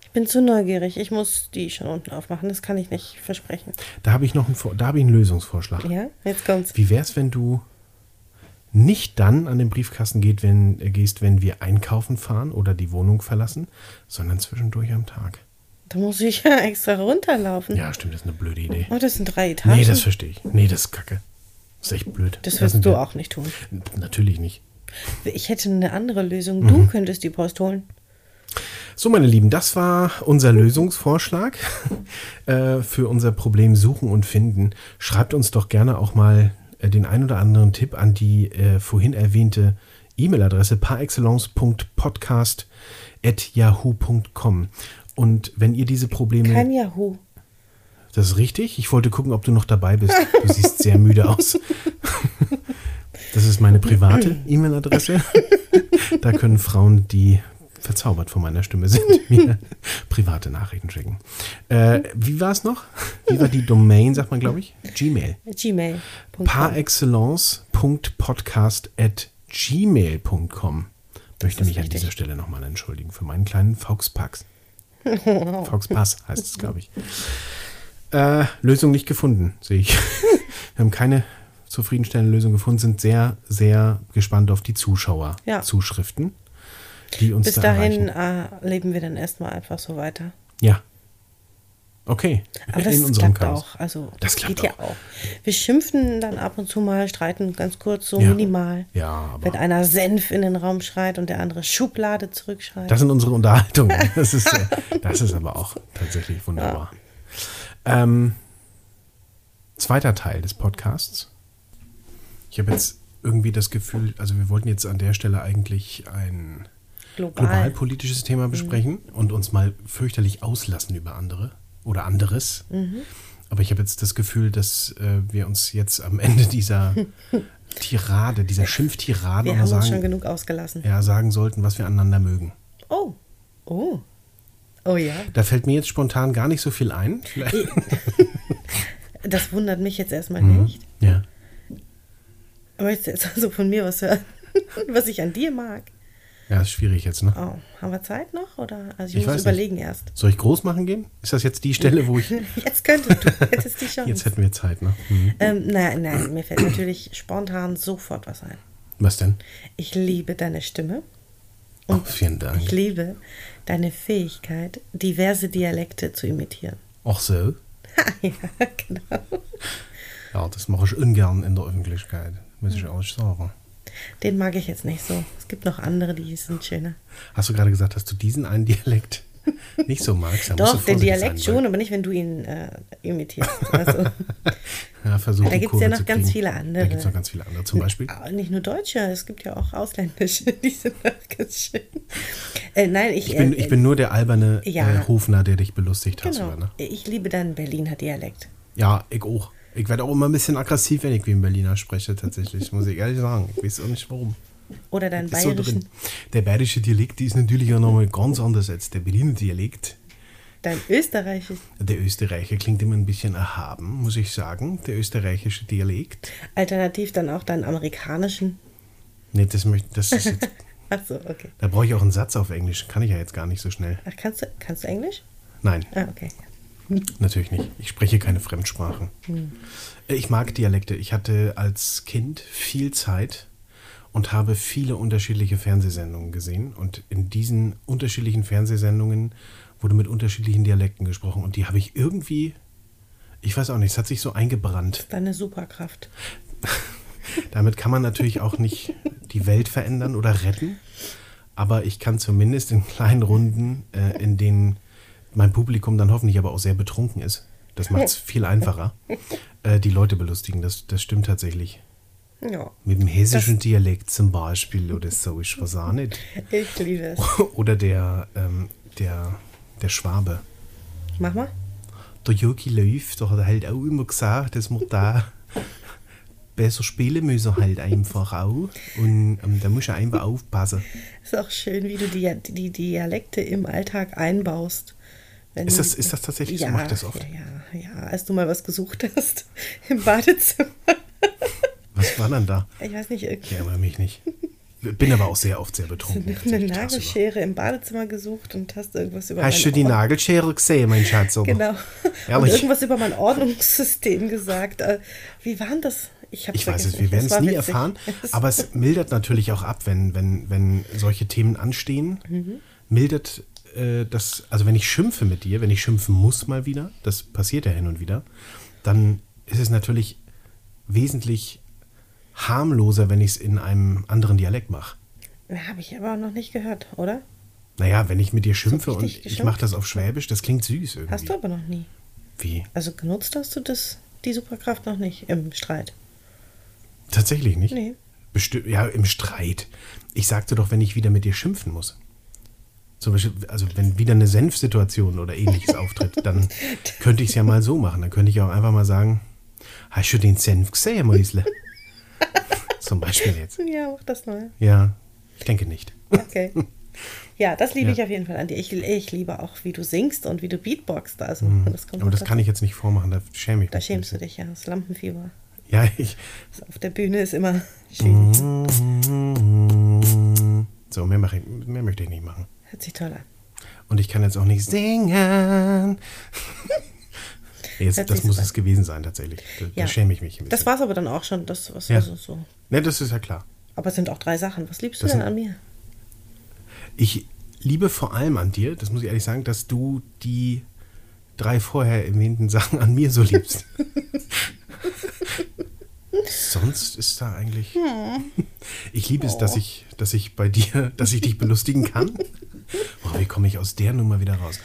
Ich bin zu neugierig. Ich muss die schon unten aufmachen. Das kann ich nicht versprechen.
Da habe ich noch einen, Vor- da habe ich einen Lösungsvorschlag.
Ja, jetzt kommt's.
Wie wär's, wenn du nicht dann an den Briefkasten geht, wenn, äh, gehst, wenn wir einkaufen fahren oder die Wohnung verlassen, sondern zwischendurch am Tag?
Da muss ich ja extra runterlaufen.
Ja, stimmt, das ist eine blöde Idee.
Oh, das sind drei Etagen.
Nee, das verstehe ich. Nee, das ist kacke. Das ist echt blöd.
das
sind Mhm.
wirst du
wir-
auch nicht tun.
Natürlich nicht.
Ich hätte eine andere Lösung. Du
Mhm.
könntest die Post holen.
So, meine Lieben, das war unser Lösungsvorschlag äh, für unser Problem Suchen und Finden. Schreibt uns doch gerne auch mal äh, den ein oder anderen Tipp an die äh, vorhin erwähnte E-Mail-Adresse parexcellence.podcast.yahoo.com. Und wenn ihr diese Probleme.
Kein Yahoo.
das ist richtig. Ich wollte gucken, ob du noch dabei bist. Du siehst sehr müde aus. Das ist meine private E-Mail-Adresse. Da können Frauen, die verzaubert von meiner Stimme sind, mir private Nachrichten schicken. Äh, wie war es noch? Wie war die Domain, sagt man, glaube ich? Gmail.
Gmail.com.
Par excellence.podcast.gmail.com. Möchte mich an
richtig.
dieser Stelle nochmal entschuldigen für meinen kleinen Fauxpax. Fauxpass heißt es, glaube ich. Äh, Lösung nicht gefunden, sehe ich. Wir haben keine zufriedenstellende Lösung gefunden, sind sehr, sehr gespannt auf die
Ja.
Zuschauer-Zuschriften, die uns
Bis
da
dahin
erreichen.
äh, leben wir dann erstmal einfach so weiter.
Ja. Okay.
Aber das klappt auch. Also
Das klappt
geht ja auch. Wir schimpfen dann ab und zu mal, streiten ganz kurz, so
Ja.
minimal.
Ja, aber
Wenn einer Senf in den Raum schreit und der andere Schublade zurückschreit.
Das sind unsere Unterhaltungen. Das ist, äh, das ist aber auch tatsächlich wunderbar. Ähm, zweiter Teil des Podcasts. Ich habe jetzt irgendwie das Gefühl, also wir wollten jetzt an der Stelle eigentlich ein
global.
globalpolitisches Thema besprechen
Mhm.
und uns mal fürchterlich auslassen über andere oder anderes.
Mhm.
Aber ich habe jetzt das Gefühl, dass äh, wir uns jetzt am Ende dieser Tirade, dieser Schimpftirade
Wir
mal
haben uns schon
sagen,
genug ausgelassen.
ja, sagen sollten, was wir aneinander mögen.
Oh. Oh. Oh ja.
Da fällt mir jetzt spontan gar nicht so viel ein. Vielleicht-
Das wundert mich jetzt erstmal
Mhm.
nicht.
Ja.
Möchtest du jetzt also von mir was hören, was ich an dir mag?
Ja, ist schwierig jetzt, ne?
Oh, haben wir Zeit noch? Oder? Also ich,
Ich
muss
weiß
überlegen
nicht.
erst.
Soll ich groß machen gehen? Ist das jetzt die Stelle, wo ich.
Jetzt könntest du, hättest die Chance.
Jetzt hätten wir Zeit, ne? Hm.
ähm, nein, nein, mir fällt natürlich spontan sofort was ein.
Was denn?
Ich liebe deine Stimme.
Oh, vielen
Ich
Dank.
liebe deine Fähigkeit, diverse Dialekte zu imitieren.
Auch so.
ja, genau.
Ja, das mache ich ungern in der Öffentlichkeit. Muss ich auch sagen.
Den mag ich jetzt nicht so. Es gibt noch andere, die sind schöner.
Hast du gerade gesagt, dass du diesen einen Dialekt nicht so magst? Da musst
Doch,
du
den
vorsichtig
Dialekt
sein,
schon, aber nicht, wenn du ihn äh, imitierst. Also,
weil- Ja, versuch
Da
die
gibt's
Kurve
ja noch
zu
ganz
kriegen.
viele andere.
Da gibt es noch ganz viele andere. Zum Beispiel.
aber ah, nicht nur Deutsche, es gibt ja auch Ausländische, die sind auch ganz schön. Äh, nein, ich,
Ich bin,
äh,
ich bin nur der alberne
Ja.
äh, Hofner, der dich belustigt hat.
genau,
sogar, ne?
ich liebe deinen Berliner Dialekt.
Ja, ich auch. Ich werde auch immer ein bisschen aggressiv, wenn ich wie ein Berliner spreche, tatsächlich, muss ich ehrlich sagen. Ich weiß auch nicht warum.
Oder deinen
Ist so
bayerischen.
drin. Der bayerische Dialekt ist natürlich auch nochmal ganz anders als der Berliner Dialekt.
dein österreichischen.
Der Österreicher klingt immer ein bisschen erhaben, muss ich sagen. Der österreichische Dialekt.
Alternativ dann auch deinen amerikanischen.
Nee, das möchte, das ist jetzt,
Achso, okay.
da brauche ich auch einen Satz auf Englisch. Kann ich ja jetzt gar nicht so schnell.
Ach, kannst, du, kannst du Englisch?
Nein,
Ah, okay.
natürlich nicht. Ich spreche keine Fremdsprachen. Äh, Ich mag Dialekte. Ich hatte als Kind viel Zeit und habe viele unterschiedliche Fernsehsendungen gesehen. Und in diesen unterschiedlichen Fernsehsendungen wurde mit unterschiedlichen Dialekten gesprochen. Und die habe ich irgendwie, ich weiß auch nicht, es hat sich so eingebrannt.
Deine Superkraft.
Damit kann man natürlich auch nicht die Welt verändern oder retten, aber ich kann zumindest in kleinen Runden, äh, in denen mein Publikum dann hoffentlich aber auch sehr betrunken ist, das macht es viel einfacher, äh, die Leute belustigen. Das, das stimmt tatsächlich.
Ja,
Mit dem hessischen Dialekt zum Beispiel oder so, ich weiß auch nicht.
ich liebe es.
Oder der, ähm, der, der Schwabe.
Mach mal.
Der Jogi Löw, der hat halt auch immer gesagt, dass wir da besser spielen müssen, halt einfach auch. Und ähm, da muss ich einfach aufpassen.
Ist auch schön, wie du die, die Dialekte im Alltag einbaust. Wenn
Ist
du-
das, ist das tatsächlich so? Macht das oft?
Ja, ja, ja, als du mal was gesucht hast im Badezimmer.
Was war denn da?
Ich weiß nicht,
Ich
irgendwie
erinnere mich nicht. Bin aber auch sehr oft sehr betrunken.
eine
tatsächlich tagsüber.
Nagelschere im Badezimmer gesucht und hast irgendwas über
Hast du
mein
die
Ord-
Nagelschere gesehen, mein Schatz? Aber
Genau. Und
Ehrlich?
irgendwas über mein Ordnungssystem gesagt. Äh, Wie war denn das? Ich, hab's
Ich weiß es,
vergessen.
wir werden
Das
es
war
nie
witzig.
erfahren,
Es-
aber es mildert natürlich auch ab, wenn, wenn, wenn solche Themen anstehen.
Mhm.
Mildert äh, das, also wenn ich schimpfe mit dir, wenn ich schimpfen muss mal wieder, das passiert ja hin und wieder, dann ist es natürlich wesentlich harmloser, wenn ich es in einem anderen Dialekt mache.
Habe ich aber noch nicht gehört, oder?
Naja, wenn ich mit dir schimpfe und
richtig
ich
geschimpft?
mache das auf Schwäbisch, das klingt süß irgendwie.
Hast du aber noch nie.
Wie?
Also genutzt hast du das, die Superkraft noch nicht im Streit.
Tatsächlich nicht?
Nee.
Besti ja, im Streit. Ich sagte doch, wenn ich wieder mit dir schimpfen muss. Zum Beispiel, also wenn wieder eine Senfsituation oder ähnliches auftritt, dann könnte ich es ja mal so machen. Dann könnte ich auch einfach mal sagen, hast du den Senf gesehen, Mäusle? Zum Beispiel jetzt.
Ja, mach das mal.
Ja, ich denke nicht.
Okay. Ja, das liebe
Ja.
ich auf jeden Fall an dir. Ich, ich liebe auch, wie du singst und wie du beatboxst. Also, das kommt
Mhm. Aber
auch
das
dazu.
kann Mhm. ich jetzt nicht vormachen, da schäme ich mich.
Da
ein
schämst du
bisschen.
dich, ja. Das Lampenfieber.
Ja, ich.
Das auf der Bühne ist immer schön.
Mhm. So, mehr, mache ich, mehr möchte ich nicht machen.
Hört sich toll an.
Und ich kann jetzt auch nicht singen. Jetzt,
Hört
das
sich
muss
super
es gewesen sein, tatsächlich. Da, da schäme ich mich ein bisschen.
Das war's aber dann auch schon. Das was
Ja.
also so.
ne, das ist ja klar.
Aber es sind auch drei Sachen. Was liebst du
Das
denn
sind-
an mir?
Ich liebe vor allem an dir, das muss ich ehrlich sagen, dass du die drei vorher erwähnten Sachen an mir so liebst. Sonst ist da eigentlich.
Hm.
Ich liebe es,
Oh.
dass ich, dass ich bei dir, dass ich dich belustigen kann. Boah, wie komme ich aus der Nummer wieder raus?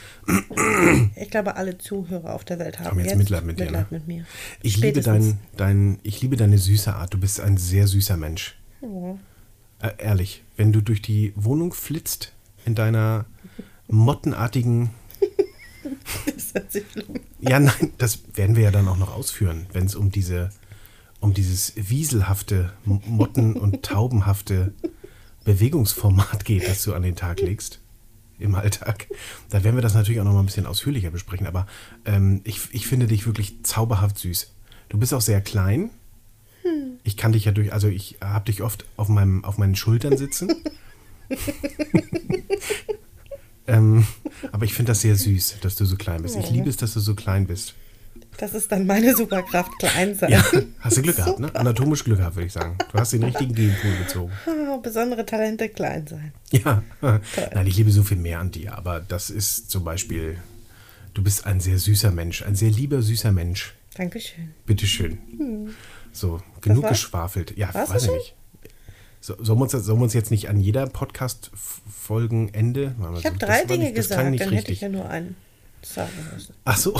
Ich glaube, alle Zuhörer auf der Welt haben
Haben jetzt Mitleid mit dir,
Mitleid
ne?
mit mir.
Ich liebe,
Spätestens.
dein, dein, ich liebe deine süße Art. Du bist ein sehr süßer Mensch.
Ja.
Äh, ehrlich, wenn du durch die Wohnung flitzt in deiner mottenartigen.
Das hört sich schlimm.
Ja, nein, das werden wir ja dann auch noch ausführen, wenn es um diese, um dieses wieselhafte, m- motten- und taubenhafte Bewegungsformat geht, das du an den Tag legst im Alltag. Da werden wir das natürlich auch noch mal ein bisschen ausführlicher besprechen. Aber ähm, ich, ich finde dich wirklich zauberhaft süß. Du bist auch sehr klein. Ich kann dich ja durch, also ich habe dich oft auf, meinem, auf meinen Schultern sitzen. ähm, aber ich finde das sehr süß, dass du so klein bist. Ich liebe es, dass du so klein bist.
Das ist dann meine Superkraft, klein sein.
Ja, hast du Glück gehabt, ne? Anatomisch Glück gehabt, würde ich sagen. Du hast den richtigen Genpool gezogen.
Ah, Besondere Talente, klein sein.
Ja, nein, ich liebe so viel mehr an dir, aber das ist zum Beispiel, du bist ein sehr süßer Mensch, ein sehr lieber, süßer Mensch.
Dankeschön.
Bitteschön. So, genug
Hm. war's?
geschwafelt. Ja,
War's
weiß ich
schon?
nicht. So, sollen, wir uns, sollen wir uns jetzt nicht an jeder Podcast-Folgenende.
Ich habe drei Dinge gesagt, dann hätte ich ja nur einen sagen müssen.
Ach so.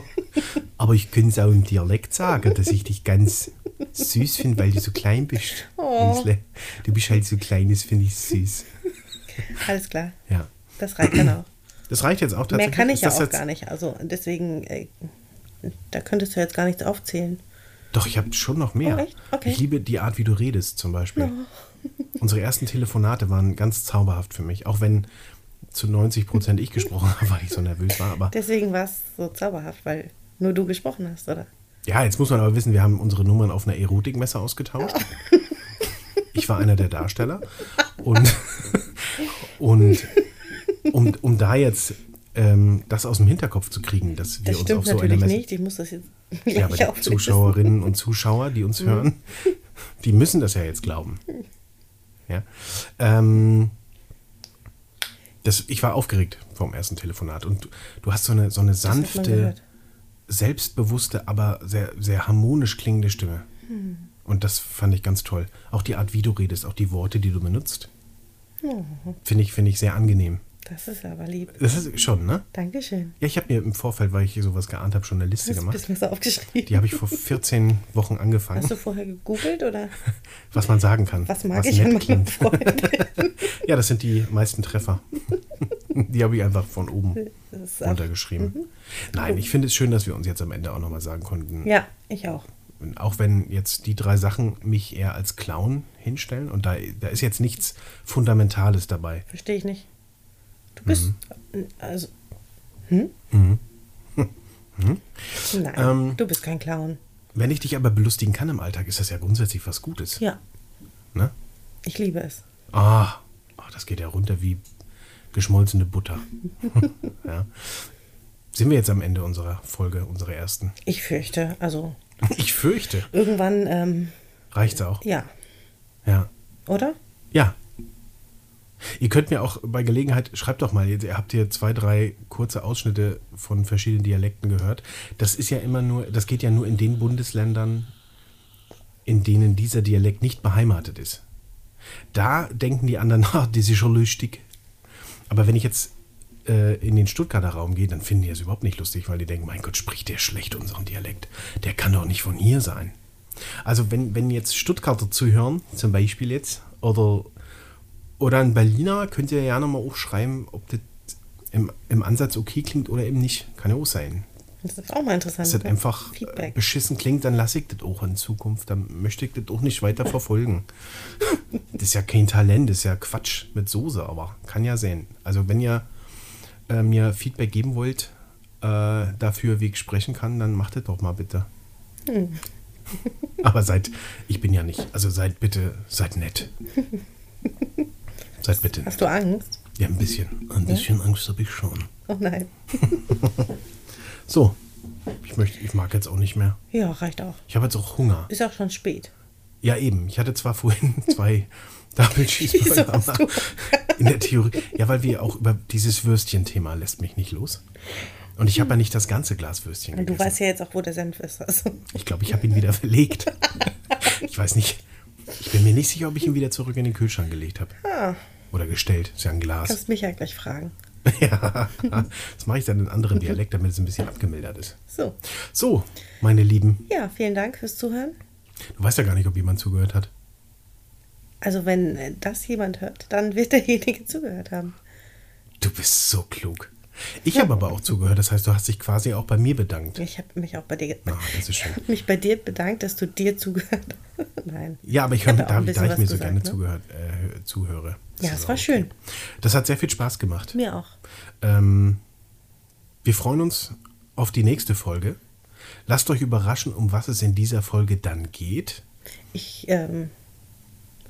aber ich könnte es auch im Dialekt sagen, dass ich dich ganz süß finde, weil du so klein bist.
Oh.
Wiesle. Du bist halt so klein, das finde ich süß.
Alles klar.
Ja.
Das reicht dann auch.
Das reicht jetzt auch tatsächlich.
Mehr kann ich
Ist
ja
das
auch
jetzt,
gar nicht. Also deswegen, äh, da könntest du jetzt gar nichts aufzählen.
Doch, ich habe schon noch mehr.
Oh, echt? Okay. Oh.
Ich liebe die Art, wie du redest, zum Beispiel. Unsere ersten Telefonate waren ganz zauberhaft für mich, auch wenn zu 90 Prozent ich gesprochen habe, weil ich so nervös war. Aber
Deswegen war es so zauberhaft, weil nur du gesprochen hast, oder?
ja, jetzt muss man aber wissen, wir haben unsere Nummern auf einer Erotikmesse ausgetauscht. Ich war einer der Darsteller. Und, und um, um da jetzt äh, ähm, das aus dem Hinterkopf zu kriegen, dass wir
Das
uns
stimmt
auf so einer
natürlich
Messe.
nicht. Ich muss das Mhm. jetzt
Ja, aber
gleich
die
auflösen.
Zuschauerinnen und Zuschauer, die uns hören, die müssen das ja jetzt glauben. Ja. Ähm, das, ich war aufgeregt vom ersten Telefonat und du, du hast so eine, so eine
man
sanfte,
gehört.
selbstbewusste, aber sehr, sehr harmonisch klingende Stimme.
Hm.
Und das fand ich ganz toll. Auch die Art, wie du redest, auch die Worte, die du benutzt,
Mhm.
finde ich, finde ich sehr angenehm.
Das ist aber lieb.
Das ist schon, ne?
Dankeschön.
Ja, ich habe mir im Vorfeld, weil ich hier sowas geahnt habe, schon eine Liste
Hast du
gemacht.
bist mir so aufgeschrieben.
Die habe ich vor 14 Wochen angefangen.
Hast du vorher gegoogelt oder
was man sagen kann.
was mag ich
nett
an meinen
klingt.
Freunden?
Ja, das sind die meisten Treffer. die habe ich einfach von oben
Das ist mhm. auch-
runtergeschrieben. Nein, ich finde es schön, dass wir uns jetzt am Ende auch nochmal sagen konnten,
Ja, ich auch.
auch wenn jetzt die drei Sachen mich eher als Clown hinstellen und da, da ist jetzt nichts Fundamentales dabei.
Verstehe ich nicht. Du bist.
Mhm.
Also. Hm? Nein,
Ähm,
du bist kein Clown.
Wenn ich dich aber belustigen kann im Alltag, ist das ja grundsätzlich was Gutes.
Ja,
Ne?
ich liebe es.
Ah, oh, das geht ja runter wie geschmolzene Butter. ja. Sind wir jetzt am Ende unserer Folge, unserer ersten?
Ich fürchte, also
Ich fürchte.
irgendwann, ähm,
Reicht's auch.
ja,
Ja.
oder?
Ja. Ihr könnt mir auch bei Gelegenheit, schreibt doch mal, ihr habt hier zwei, drei kurze Ausschnitte von verschiedenen Dialekten gehört. Das ist ja immer nur, das geht ja nur in den Bundesländern, in denen dieser Dialekt nicht beheimatet ist. Da denken die anderen, ah, das ist schon lustig. Aber wenn ich jetzt äh, in den Stuttgarter Raum gehe, dann finden die es überhaupt nicht lustig, weil die denken, mein Gott, spricht der schlecht unseren Dialekt. Der kann doch nicht von hier sein. Also wenn, wenn jetzt Stuttgarter zuhören, zum Beispiel jetzt, oder, oder ein Berliner, könnt ihr ja nochmal auch schreiben, ob das im, im Ansatz okay klingt oder eben nicht. Kann ja auch sein.
Das ist auch mal interessant.
Dass das
ne?
einfach äh,
Feedback.
beschissen klingt, dann lasse ich das auch in Zukunft. Dann möchte ich das auch nicht weiter verfolgen. das ist ja kein Talent, das ist ja Quatsch mit Soße, aber kann ja sein. Also wenn ihr äh, mir Feedback geben wollt, äh, dafür, wie ich sprechen kann, dann macht das doch mal bitte. aber seid, ich bin ja nicht, also seid bitte, seid nett. seid bitte nett.
Hast du Angst?
Ja, ein bisschen. Ein bisschen Angst habe ich schon.
Oh nein.
So, ich, möchte, ich mag jetzt auch nicht mehr.
Ja, reicht auch.
Ich habe jetzt auch Hunger.
Ist auch schon spät.
Ja, eben. Ich hatte zwar vorhin zwei Double
Wieso
Cheeseburger,
hast
aber
du-
in der Theorie. Ja, weil wir auch über dieses Würstchen-Thema lässt mich nicht los. Und ich habe ja nicht das ganze Glas Würstchen
Hm. Und
gegessen.
du weißt ja jetzt auch, wo der Senf ist. Also,
Ich glaube, ich habe ihn wieder verlegt. Ich weiß nicht. Ich bin mir nicht sicher, ob ich ihn wieder zurück in den Kühlschrank gelegt habe.
Ah.
Oder gestellt. Ist ja ein Glas.
kannst mich ja gleich fragen.
Ja. Das mache ich dann in anderen Dialekt, damit es ein bisschen abgemildert ist.
So.
So, meine Lieben.
Ja, vielen Dank fürs Zuhören.
Du weißt ja gar nicht, ob jemand zugehört hat.
Also, wenn äh, das jemand hört, dann wird derjenige zugehört haben.
Du bist so klug. Ich habe aber auch zugehört, das heißt, du hast dich quasi auch bei mir bedankt.
Ich habe mich auch bei dir.
Ah, das ist schön.
Ich habe mich bei dir bedankt, dass du dir zugehört hast. Nein.
Ja, aber ich höre,
habe auch
da,
ein
da ich
bisschen
mir
was
so
gesagt,
gerne
ne?
zugehört, äh, zuhöre. Das
Ja,
ist
es
auch
war schön.
Das hat sehr viel Spaß gemacht.
Mir auch.
Ähm, wir freuen uns auf die nächste Folge. Lasst euch überraschen, um was es in dieser Folge dann geht.
Ich ähm,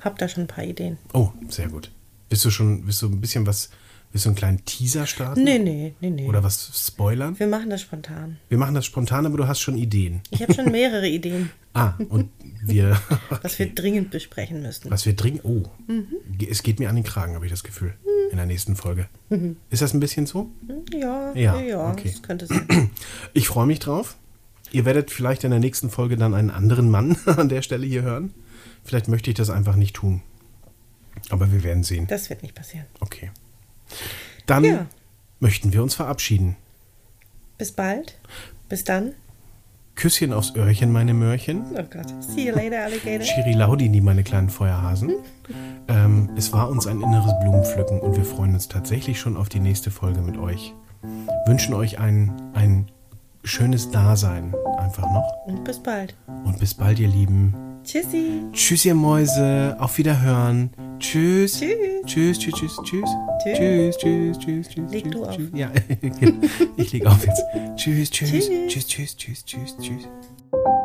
habe da schon ein paar Ideen.
Oh, sehr gut. Bist du schon, bist du ein bisschen was, willst du einen kleinen Teaser starten?
Nee, nee, nee, nee.
Hm. Oder was spoilern?
Wir machen das spontan.
Wir machen das spontan, aber du hast schon Ideen.
Ich habe schon mehrere Ideen,
Ah, und wir.
was wir dringend besprechen müssten.
Was wir trinken. Oh, Ge- es geht mir an den Kragen, habe ich das Gefühl. In der nächsten Folge. Ist das ein bisschen so?
Ja,
Ja,
ja, ja
okay.
das könnte sein.
Ich freue mich drauf. Ihr werdet vielleicht in der nächsten Folge dann einen anderen Mann an der Stelle hier hören. Vielleicht möchte ich das einfach nicht tun. Aber wir werden sehen.
Das wird nicht passieren.
Okay. Dann
Ja.
möchten wir uns verabschieden.
Bis bald. Bis dann.
Küsschen aufs Öhrchen, meine Möhrchen.
Oh Gott. See you later, Alligator.
Chiri Laudini, meine kleinen Feuerhasen. Ähm, es war uns ein inneres Blumenpflücken und wir freuen uns tatsächlich schon auf die nächste Folge mit euch. Wünschen euch ein, ein schönes Dasein einfach noch.
Und bis bald.
Und bis bald, ihr Lieben.
Tschüssi.
Tschüss, ihr Mäuse. Auf Wiederhören. Tschüss. Tschüss, tschüss, tschüss, tschüss.
Tschüss.
Tschüss, tschüss, tschüss, tschüss.
Leg
tschüss,
du auf.
tschüss. Ja, ich leg auf jetzt. Tschüss, tschüss,
Tschüss.
tschüss, tschüss, tschüss, tschüss, tschüss.